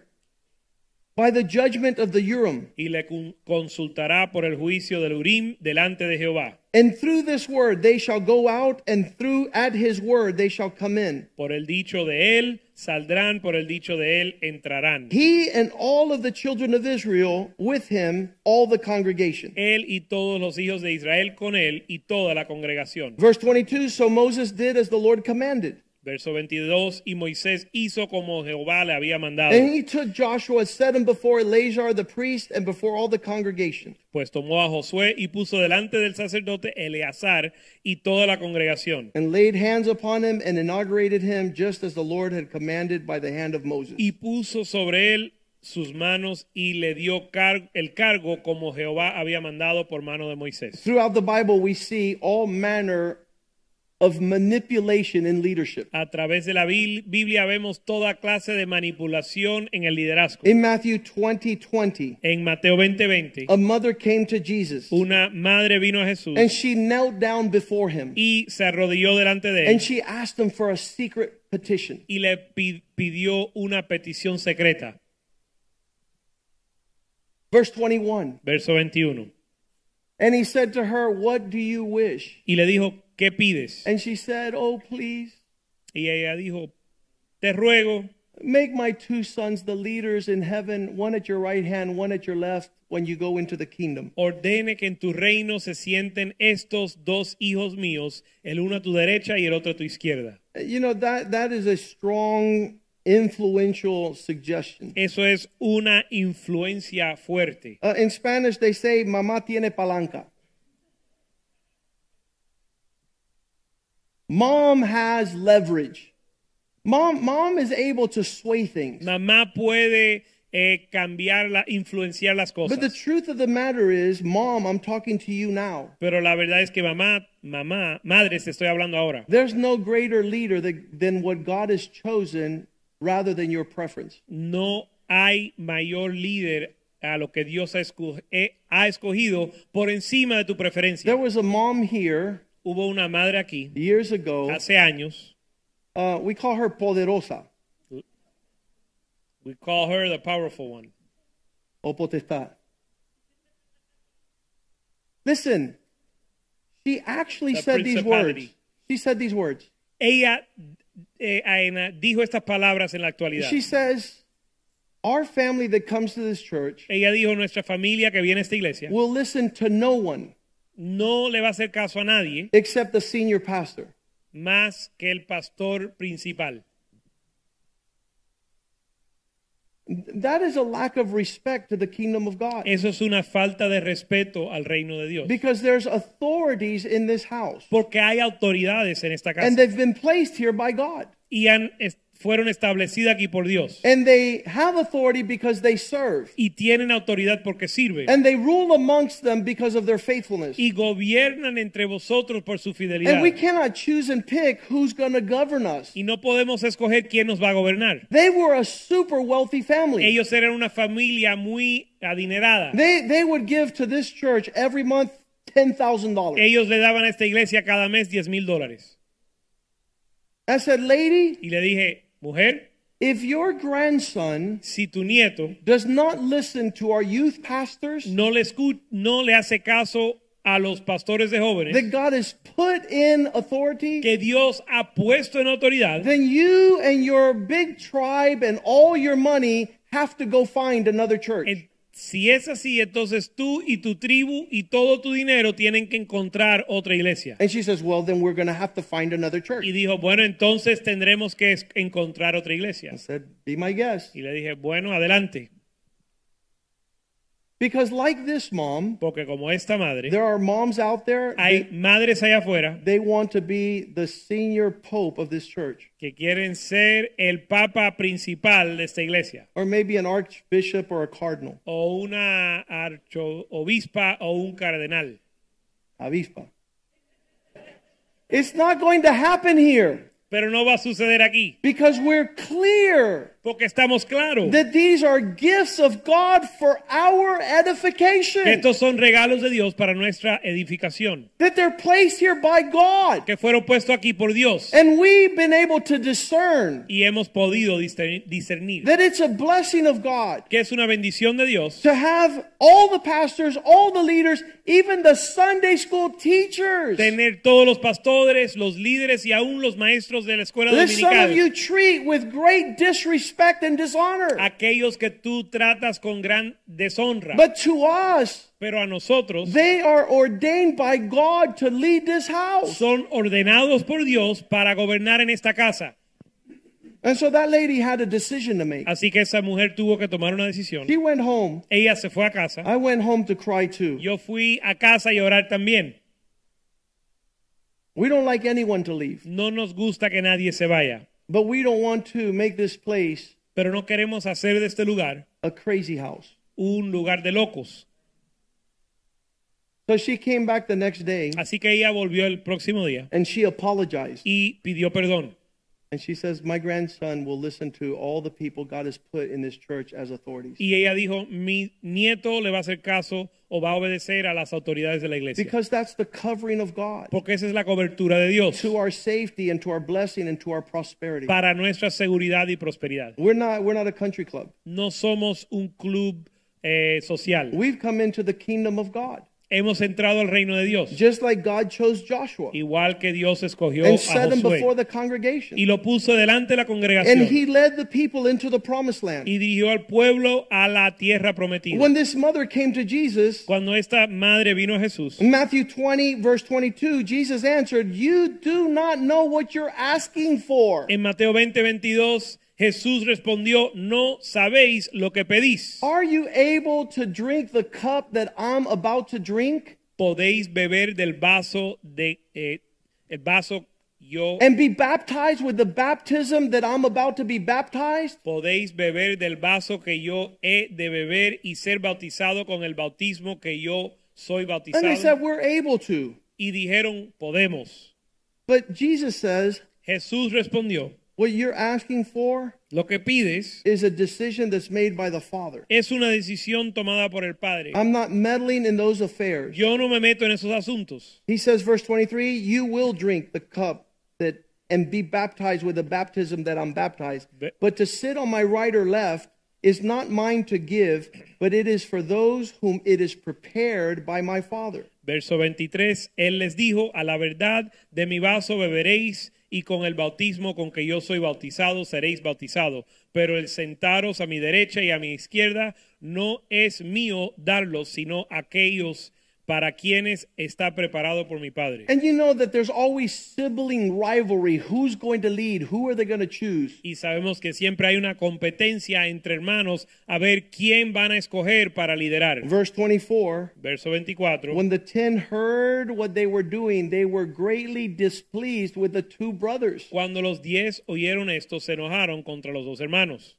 Speaker 2: by the judgment of the Urim.
Speaker 3: y le con- consultará por el juicio del Urim delante de Jehová.
Speaker 2: And through this word they shall go out, and through at his word they shall come in.
Speaker 3: Por el dicho de él saldrán, por el dicho de él entrarán.
Speaker 2: He and all of the children of Israel with him, all the congregation.
Speaker 3: Él y todos los hijos de Israel con él y toda la congregación.
Speaker 2: Verse 22 So Moses did as the Lord commanded.
Speaker 3: Verso 22, y Moisés hizo como Jehová le había mandado,
Speaker 2: And he took Joshua and set him before Eleazar the priest and before all the congregation.
Speaker 3: pues tomó a Josué y puso delante del sacerdote Eleazar y toda la congregación,
Speaker 2: and laid hands upon him and inaugurated him just as the Lord had commanded by the hand of Moses.
Speaker 3: y puso sobre él sus manos y le dio car- el cargo como Jehová había mandado por mano de Moisés.
Speaker 2: Throughout the Bible, we see all manner of manipulation in leadership.
Speaker 3: A través de la Bil- Biblia vemos toda clase de manipulación en el liderazgo.
Speaker 2: In Matthew 20 20,
Speaker 3: En Mateo 20:20,
Speaker 2: a mother came to Jesus
Speaker 3: una madre vino a Jesús
Speaker 2: and she knelt down before him
Speaker 3: y se arrodilló delante de él
Speaker 2: and she asked him for a secret petition.
Speaker 3: y le pi- pidió una petición secreta.
Speaker 2: Verse 21
Speaker 3: Verso 21.
Speaker 2: And he said to her, What do you wish?
Speaker 3: Y le dijo, ¿qué pides?
Speaker 2: And she said, Oh, please.
Speaker 3: Y ella dijo, te ruego
Speaker 2: Make my two sons the leaders in heaven, one at your right hand, one at your left, when you go into the kingdom.
Speaker 3: ordene que en tu reino se sienten estos dos hijos míos, el uno a tu derecha y el otro a tu izquierda.
Speaker 2: You know, that, that is a strong, influential suggestion.
Speaker 3: Eso es una influencia fuerte.
Speaker 2: Uh, in Spanish, they say, Mamá tiene palanca. Mom has leverage. Mom, mom is able to sway things.
Speaker 3: Mamá puede eh, cambiar, la- influenciar las
Speaker 2: But the
Speaker 3: cosas.
Speaker 2: truth of the matter is, mom, I'm talking to you now.
Speaker 3: Pero la verdad es que mamá, mamá, madre, te estoy hablando ahora.
Speaker 2: There's no greater leader that, than what God has chosen rather than your preference.
Speaker 3: no hay mayor líder a lo que Dios ha, esco- eh, ha escogido por encima de tu preferencia.
Speaker 2: There was a mom here
Speaker 3: Hubo una madre aquí
Speaker 2: years ago.
Speaker 3: hace años.
Speaker 2: Uh, we call her Poderosa
Speaker 3: We call her the powerful one.
Speaker 2: o Potestad. Listen, she actually
Speaker 3: The
Speaker 2: said these words.
Speaker 3: principality.
Speaker 2: She said these words.
Speaker 3: Ella eh, Aena, dijo estas palabras en la actualidad.
Speaker 2: She says, Our family that comes to this church
Speaker 3: Ella dijo, nuestra familia que viene a esta iglesia
Speaker 2: will listen to no one
Speaker 3: no le va a hacer caso a nadie
Speaker 2: except the senior pastor.
Speaker 3: más que el pastor principal.
Speaker 2: That is a lack of respect to the kingdom of God.
Speaker 3: Eso es una falta de respeto al reino de Dios.
Speaker 2: Because there's authorities in this house.
Speaker 3: Porque hay autoridades en esta
Speaker 2: And
Speaker 3: casa
Speaker 2: they've been placed here by God.
Speaker 3: y han, es- fueron establecidas aquí por Dios.
Speaker 2: And they have authority because they serve.
Speaker 3: y tienen autoridad porque sirven
Speaker 2: And they rule amongst them because of their faithfulness.
Speaker 3: y gobiernan entre vosotros por su fidelidad.
Speaker 2: And we cannot choose and pick who's going to govern us.
Speaker 3: Y no podemos escoger quién nos va a gobernar.
Speaker 2: They were a super wealthy family.
Speaker 3: Ellos eran una familia muy adinerada.
Speaker 2: They, they would give to this church every month $10,000.
Speaker 3: Ellos le daban a esta iglesia cada mes 10 mil dólares.
Speaker 2: I said, lady,
Speaker 3: Y le dije, mujer,
Speaker 2: if your grandson
Speaker 3: si tu nieto
Speaker 2: does not listen to our youth pastors
Speaker 3: no le, escu- no le hace caso a los pastores de jóvenes
Speaker 2: that God has put in authority,
Speaker 3: que Dios ha puesto en autoridad,
Speaker 2: then you and your big tribe and all your money have to go find another church.
Speaker 3: en- si es así, entonces tú y tu tribu y todo tu dinero tienen que encontrar otra iglesia.
Speaker 2: and she says, Well, then we're going to have to find another church.
Speaker 3: Y dijo, bueno, entonces tendremos que es- encontrar otra iglesia.
Speaker 2: I said, Be my guest.
Speaker 3: Y le dije, bueno, adelante.
Speaker 2: Because, like this mom,
Speaker 3: Porque como esta madre,
Speaker 2: there are moms out there,
Speaker 3: hay
Speaker 2: they,
Speaker 3: madres allá afuera
Speaker 2: they want to be the senior pope of this church,
Speaker 3: que quieren ser el papa principal de esta iglesia.
Speaker 2: or maybe an archbishop or a cardinal,
Speaker 3: O una arzoobispa o un cardenal.
Speaker 2: avispa. It's not going to happen here
Speaker 3: Pero no va a suceder aquí.
Speaker 2: because we're clear
Speaker 3: Porque estamos claros.
Speaker 2: that these are gifts of God for our edification,
Speaker 3: Estos son regalos de Dios para nuestra edificación.
Speaker 2: that they're placed here by God.
Speaker 3: Que fueron puestos aquí por Dios.
Speaker 2: And we've been able to discern
Speaker 3: Y hemos podido discer- discernir.
Speaker 2: that it's a blessing of God
Speaker 3: Que es una bendición de Dios.
Speaker 2: to have all the pastors, all the leaders, even the Sunday school teachers.
Speaker 3: Tener todos los pastores, los líderes y aún los maestros de la escuela
Speaker 2: This some of
Speaker 3: dominical.
Speaker 2: you treat with great disrespect and dishonor.
Speaker 3: Aquellos que tú tratas con gran deshonra.
Speaker 2: But to us,
Speaker 3: Pero a nosotros
Speaker 2: they are ordained by God to lead this house.
Speaker 3: son ordenados por Dios para gobernar en esta casa.
Speaker 2: And so that lady had a decision to make.
Speaker 3: Así que esa mujer tuvo que tomar una decisión.
Speaker 2: She went home.
Speaker 3: Ella se fue a casa.
Speaker 2: I went home to cry too.
Speaker 3: Yo fui a casa y a orar también.
Speaker 2: We don't like anyone to leave,
Speaker 3: No nos gusta que nadie se vaya,
Speaker 2: but we don't want to make this place
Speaker 3: pero no queremos hacer de este lugar
Speaker 2: a crazy house.
Speaker 3: un lugar de locos.
Speaker 2: So she came back the next day
Speaker 3: Así que ella volvió el próximo día
Speaker 2: and she apologized.
Speaker 3: y pidió perdón.
Speaker 2: And she says, My grandson will listen to all the people God has put in this church as authorities.
Speaker 3: Y ella dijo, mi nieto le va a hacer caso o va a obedecer a las autoridades de la iglesia.
Speaker 2: Because that's the covering of God
Speaker 3: Porque esa es la cobertura de Dios
Speaker 2: to our safety and to our blessing and to our prosperity.
Speaker 3: para nuestra seguridad y prosperidad.
Speaker 2: We're not, we're not a country club.
Speaker 3: No somos un club eh, social.
Speaker 2: We've come into the kingdom of God,
Speaker 3: Hemos entrado al reino de Dios.
Speaker 2: just like God chose Joshua
Speaker 3: Igual que Dios escogió a
Speaker 2: and set him
Speaker 3: Josué
Speaker 2: before the
Speaker 3: y
Speaker 2: congregation.
Speaker 3: lo puso delante de la
Speaker 2: And
Speaker 3: congregación
Speaker 2: he led the people into the promised
Speaker 3: y
Speaker 2: land.
Speaker 3: dirigió al pueblo a la tierra prometida.
Speaker 2: When this mother came to Jesus,
Speaker 3: Cuando esta madre vino a Jesús,
Speaker 2: in Matthew 20, verse 22, Jesus answered, You do not know what you're asking for.
Speaker 3: en Mateo 20, 22, Jesús respondió, no sabéis lo que pedís.
Speaker 2: Are you able to drink the cup that I'm about to drink
Speaker 3: Podéis beber del vaso de eh, el vaso yo
Speaker 2: and be baptized with the baptism that I'm about to be baptized?
Speaker 3: podéis beber del vaso que yo he de beber y ser bautizado con el bautismo que yo soy
Speaker 2: And they said,
Speaker 3: bautizado.
Speaker 2: We're able to.
Speaker 3: Y dijeron, podemos.
Speaker 2: But Jesus says,
Speaker 3: Jesús respondió,
Speaker 2: What you're asking for
Speaker 3: lo que pides
Speaker 2: is a decision that's made by the Father.
Speaker 3: es una decisión tomada por el Padre.
Speaker 2: I'm not meddling in those affairs.
Speaker 3: Yo no me meto en esos asuntos.
Speaker 2: He says, verse 23, You will drink the cup that and be baptized with the baptism that I'm baptized.
Speaker 3: Ve-
Speaker 2: But to sit on my right or left is not mine to give, but it is for those whom it is prepared by my Father.
Speaker 3: Verso 23, Él les dijo, a la verdad de mi vaso beberéis y con el bautismo con que yo soy bautizado seréis bautizados. Pero el sentaros a mi derecha y a mi izquierda no es mío darlos, sino aquellos para quienes está preparado por mi Padre.
Speaker 2: And you know that there's always sibling rivalry. Who's going to lead? Who are they going to choose?
Speaker 3: Y sabemos que siempre hay una competencia entre hermanos a ver quién van a escoger para liderar.
Speaker 2: Verse 24
Speaker 3: Verso 24.
Speaker 2: When the ten heard what they were doing, they were greatly displeased with the two brothers.
Speaker 3: Cuando los diez oyeron esto, se enojaron contra los dos hermanos.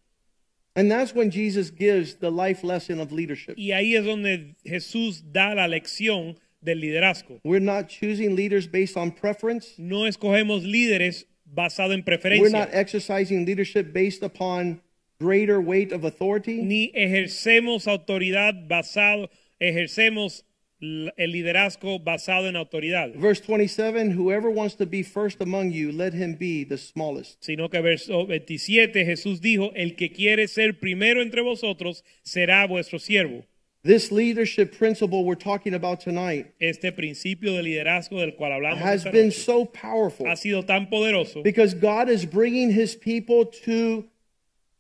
Speaker 2: And that's when Jesus gives the life lesson of leadership.
Speaker 3: Y ahí es donde Jesús da la lección del liderazgo.
Speaker 2: We're not choosing leaders based on preference.
Speaker 3: No escogemos líderes basado en
Speaker 2: We're not
Speaker 3: preferencia,
Speaker 2: exercising leadership based upon greater weight of authority.
Speaker 3: ni ejercemos autoridad basado, ejercemos l- el liderazgo basado en autoridad,
Speaker 2: Verse 27 Whoever wants to be first among you, let him be the smallest.
Speaker 3: sino que verso 27 Jesús dijo, el que quiere ser primero entre vosotros será vuestro siervo.
Speaker 2: This leadership principle we're talking about tonight
Speaker 3: Este principio de liderazgo del cual hablamos
Speaker 2: has
Speaker 3: esta
Speaker 2: been
Speaker 3: noche
Speaker 2: so powerful
Speaker 3: ha sido tan poderoso
Speaker 2: because God is bringing his people to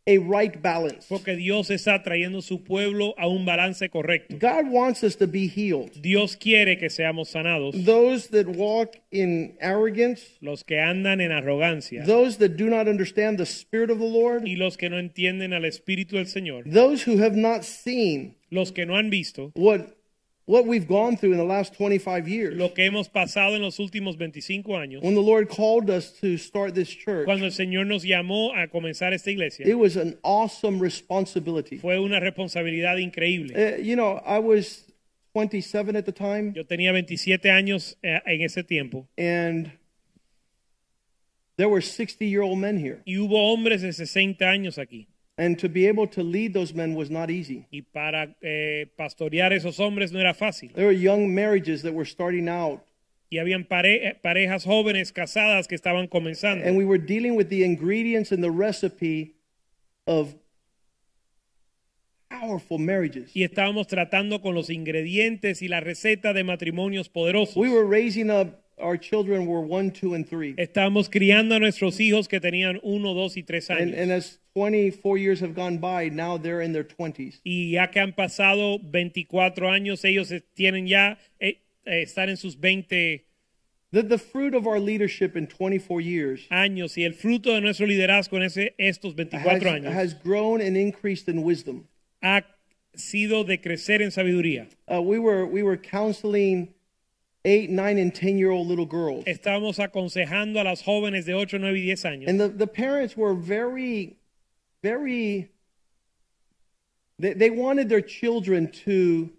Speaker 2: a right balance.
Speaker 3: porque Dios está trayendo su pueblo a un balance correcto.
Speaker 2: God wants us to be healed.
Speaker 3: Dios quiere que seamos sanados.
Speaker 2: Those that walk in arrogance,
Speaker 3: Los que andan en arrogancia
Speaker 2: those that do not understand the Spirit of the Lord,
Speaker 3: y los que no entienden al Espíritu del Señor,
Speaker 2: those who have not seen
Speaker 3: los que no han visto
Speaker 2: what, what we've gone through in the last 25 years.
Speaker 3: lo que hemos pasado en los últimos 25 años,
Speaker 2: When the Lord called us to start this church,
Speaker 3: cuando el Señor nos llamó a comenzar esta iglesia,
Speaker 2: it was an awesome responsibility.
Speaker 3: fue una responsabilidad increíble.
Speaker 2: Uh, you know, I was 27 at the time,
Speaker 3: Yo tenía 27 años eh, en ese tiempo
Speaker 2: and there were 60 year old men here.
Speaker 3: y hubo hombres de 60 años aquí.
Speaker 2: And to be able to lead those men was not easy.
Speaker 3: Y para eh, pastorear esos hombres no era fácil.
Speaker 2: There were young marriages that were starting out,
Speaker 3: Y habían pare- eh, parejas jóvenes casadas que estaban comenzando.
Speaker 2: and we were dealing with the ingredients and the recipe of powerful marriages.
Speaker 3: y estábamos tratando con los ingredientes y la receta de matrimonios poderosos.
Speaker 2: We were raising up our children were one, two, and three.
Speaker 3: estábamos criando a nuestros hijos que tenían uno, dos y tres
Speaker 2: And,
Speaker 3: años.
Speaker 2: and as 24 years have gone by, now they're in their 20s.
Speaker 3: y ya que han pasado 24 años, ellos es- tienen ya, eh, eh, están en sus 20
Speaker 2: The, the fruit of our leadership in 24 years
Speaker 3: años y el fruto de nuestro liderazgo en ese, estos 24
Speaker 2: has,
Speaker 3: años
Speaker 2: has grown and increased in wisdom.
Speaker 3: ha sido de crecer en sabiduría.
Speaker 2: Uh, we, were, we were counseling eight, nine, and 10 year old little girls.
Speaker 3: Estábamos aconsejando a las jóvenes de 8, 9 y 10 años.
Speaker 2: And the, the parents were very, very, they, they wanted their children to,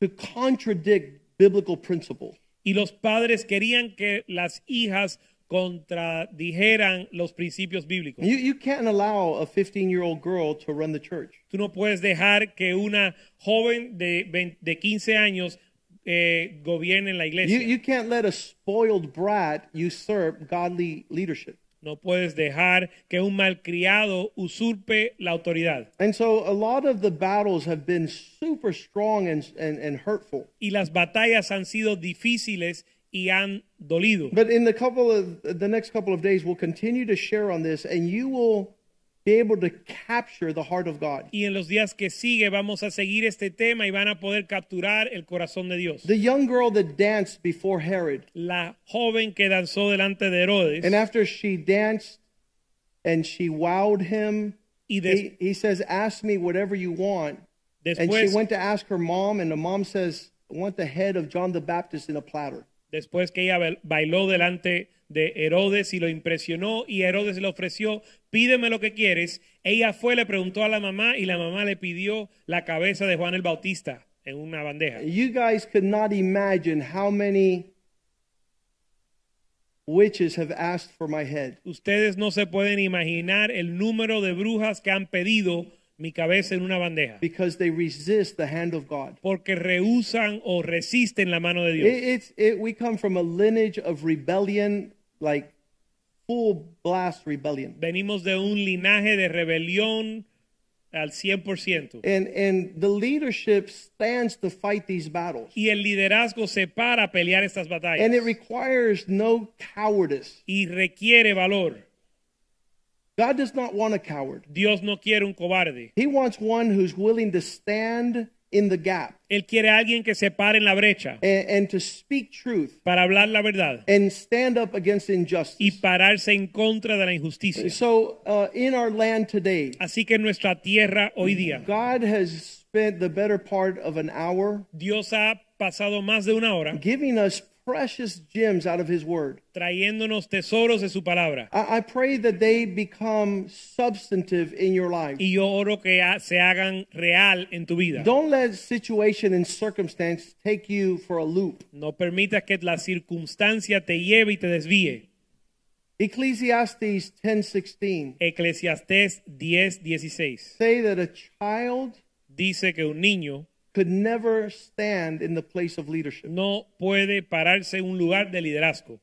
Speaker 2: to contradict biblical principle.
Speaker 3: y los padres querían que las hijas contradijeran los principios bíblicos.
Speaker 2: You, you can't allow a 15 year old girl to run the church.
Speaker 3: Tú no puedes dejar que una joven de, 20 de 15 años eh, gobierne la iglesia.
Speaker 2: You, you can't let a spoiled brat usurp godly leadership.
Speaker 3: no puedes dejar que un malcriado usurpe la autoridad.
Speaker 2: And so a lot of the battles have been super strong and, and, and hurtful.
Speaker 3: Y las batallas han sido difíciles y han dolido.
Speaker 2: But in the couple of the next couple of days, we'll continue to share on this, and you will be able to capture the heart of God.
Speaker 3: y en los días que sigue vamos a seguir este tema y van a poder capturar el corazón de Dios.
Speaker 2: The young girl that danced before Herod,
Speaker 3: La joven que danzó delante de Herodes
Speaker 2: and after she danced and she wowed him,
Speaker 3: y
Speaker 2: he,
Speaker 3: des-
Speaker 2: he says, "Ask me whatever you want." And
Speaker 3: después
Speaker 2: she went to ask her mom, and the mom says, I want the head of John the Baptist in a platter.
Speaker 3: después que ella bail- bailó delante de Herodes y lo impresionó y Herodes le ofreció, pídeme lo que quieres. Ella fue, le preguntó a la mamá y la mamá le pidió la cabeza de Juan el Bautista en una bandeja.
Speaker 2: You guys could not imagine how many witches have asked for my head.
Speaker 3: Ustedes no se pueden imaginar el número de brujas que han pedido mi cabeza en una bandeja
Speaker 2: Because they resist the hand of God.
Speaker 3: porque rehusan o resisten la mano de
Speaker 2: It,
Speaker 3: Dios.
Speaker 2: it's it, we come from a lineage of rebellion, like full blast rebellion.
Speaker 3: Venimos de un linaje de rebelión al 100%.
Speaker 2: And and the leadership stands to fight these battles.
Speaker 3: Y el liderazgo se para a pelear estas batallas.
Speaker 2: And it requires no cowardice.
Speaker 3: y requiere valor.
Speaker 2: God does not want a coward.
Speaker 3: Dios no quiere un cobarde.
Speaker 2: He wants one who's willing to stand in the gap
Speaker 3: Él quiere a alguien que se pare en la brecha
Speaker 2: and, and to speak truth
Speaker 3: para hablar la verdad
Speaker 2: and stand up against
Speaker 3: y
Speaker 2: injustice.
Speaker 3: pararse en contra de la injusticia.
Speaker 2: So, uh, in our land today,
Speaker 3: Así que en nuestra tierra hoy día,
Speaker 2: God has spent the better part of an hour
Speaker 3: Dios ha pasado más de una hora
Speaker 2: giving us precious gems out of His Word.
Speaker 3: trayéndonos tesoros de su palabra.
Speaker 2: I, I pray that they become substantive in your life.
Speaker 3: Y yo oro que ha- se hagan real en tu vida.
Speaker 2: Don't let situation and circumstance take you for a loop.
Speaker 3: No permitas que la circunstancia te lleve y te desvíe.
Speaker 2: Ecclesiastes 10:16
Speaker 3: Eclesiastés 10, 16.
Speaker 2: say that a child
Speaker 3: Dice que un niño
Speaker 2: could never stand in the place of leadership.
Speaker 3: no puede pararse en un lugar de liderazgo.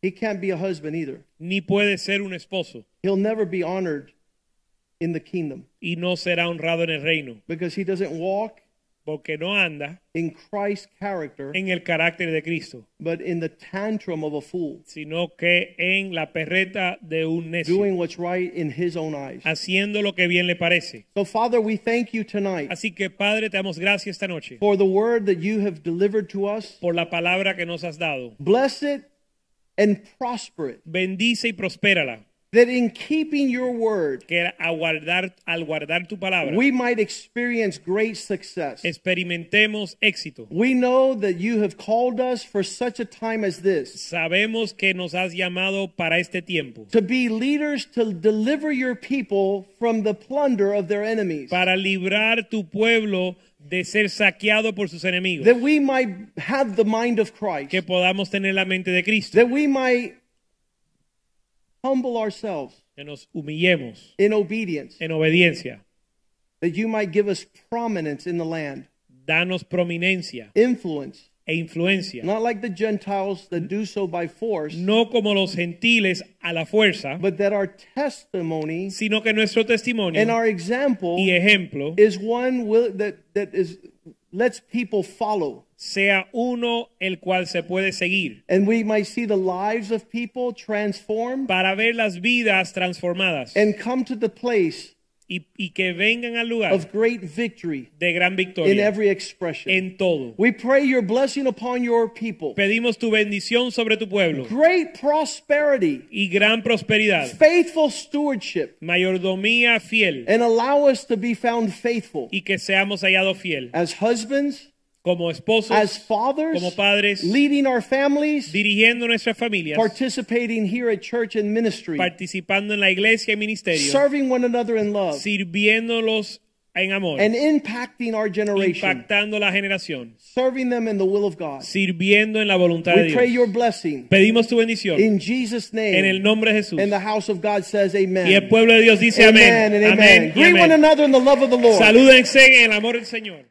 Speaker 2: He can't be a husband either.
Speaker 3: ni puede ser un esposo
Speaker 2: He'll never be honored in the kingdom
Speaker 3: y no será honrado en el reino
Speaker 2: because he doesn't walk
Speaker 3: porque no anda
Speaker 2: in Christ's character,
Speaker 3: en el carácter de Cristo,
Speaker 2: but in the tantrum of a fool,
Speaker 3: sino que en la perreta de un necio,
Speaker 2: doing what's right in his own eyes.
Speaker 3: haciendo lo que bien le parece.
Speaker 2: So, Father, we thank you tonight
Speaker 3: Así que Padre, te damos gracias esta noche
Speaker 2: for the word that you have delivered to us.
Speaker 3: por la palabra que nos has dado.
Speaker 2: Bless it and prosper it.
Speaker 3: Bendice y prospérala,
Speaker 2: That in keeping your word,
Speaker 3: que a guardar- al guardar tu palabra
Speaker 2: we might experience great success.
Speaker 3: experimentemos éxito.
Speaker 2: We know that you have called us for such a time as this
Speaker 3: Sabemos que nos has llamado para este tiempo,
Speaker 2: to be leaders to deliver your people from the plunder of their enemies.
Speaker 3: para librar tu pueblo de ser saqueado por sus enemigos,
Speaker 2: That we might have the mind of Christ.
Speaker 3: que podamos tener la mente de Cristo,
Speaker 2: That we might humble ourselves
Speaker 3: que nos humillemos
Speaker 2: in obedience.
Speaker 3: en obediencia,
Speaker 2: That you might give us prominence in the land,
Speaker 3: danos prominencia
Speaker 2: influence.
Speaker 3: e influencia,
Speaker 2: Not like the Gentiles that do so by force,
Speaker 3: no como los gentiles a la fuerza,
Speaker 2: but that our testimony
Speaker 3: sino que nuestro
Speaker 2: and
Speaker 3: testimonio
Speaker 2: our example
Speaker 3: y ejemplo
Speaker 2: is one will, that that is lets people follow
Speaker 3: sea uno el cual se puede seguir
Speaker 2: and we might see the lives of people transformed
Speaker 3: para ver las vidas transformadas
Speaker 2: and come to the place
Speaker 3: y, y que vengan al lugar
Speaker 2: of great victory
Speaker 3: de gran
Speaker 2: in
Speaker 3: victoria
Speaker 2: every expression
Speaker 3: en todo.
Speaker 2: we pray your blessing upon your people
Speaker 3: Pedimos tu bendición sobre tu pueblo
Speaker 2: great prosperity
Speaker 3: y gran prosperidad,
Speaker 2: faithful stewardship
Speaker 3: mayordomía fiel
Speaker 2: and allow us to be found faithful
Speaker 3: y que seamos hallados fiel
Speaker 2: as husbands
Speaker 3: como
Speaker 2: as
Speaker 3: esposos,
Speaker 2: fathers
Speaker 3: como padres,
Speaker 2: leading our families
Speaker 3: dirigiendo nuestras familias,
Speaker 2: participating here at church and ministry
Speaker 3: participando en la iglesia y ministerio,
Speaker 2: serving one another in love
Speaker 3: sirviéndolos en amor,
Speaker 2: and impacting our generation,
Speaker 3: impactando la generación,
Speaker 2: serving them in the will of God.
Speaker 3: sirviendo en la voluntad de
Speaker 2: We pray
Speaker 3: Dios.
Speaker 2: your blessing
Speaker 3: Pedimos tu bendición
Speaker 2: in Jesus'
Speaker 3: en el
Speaker 2: name.
Speaker 3: nombre de Jesús.
Speaker 2: And the house of God says, Amen.
Speaker 3: Y el pueblo de Dios dice
Speaker 2: Amen
Speaker 3: amén.
Speaker 2: and
Speaker 3: Amén.
Speaker 2: amen.
Speaker 3: y
Speaker 2: Greet one
Speaker 3: amén.
Speaker 2: another in the love of the Lord.
Speaker 3: Salúdense en el amor del Señor.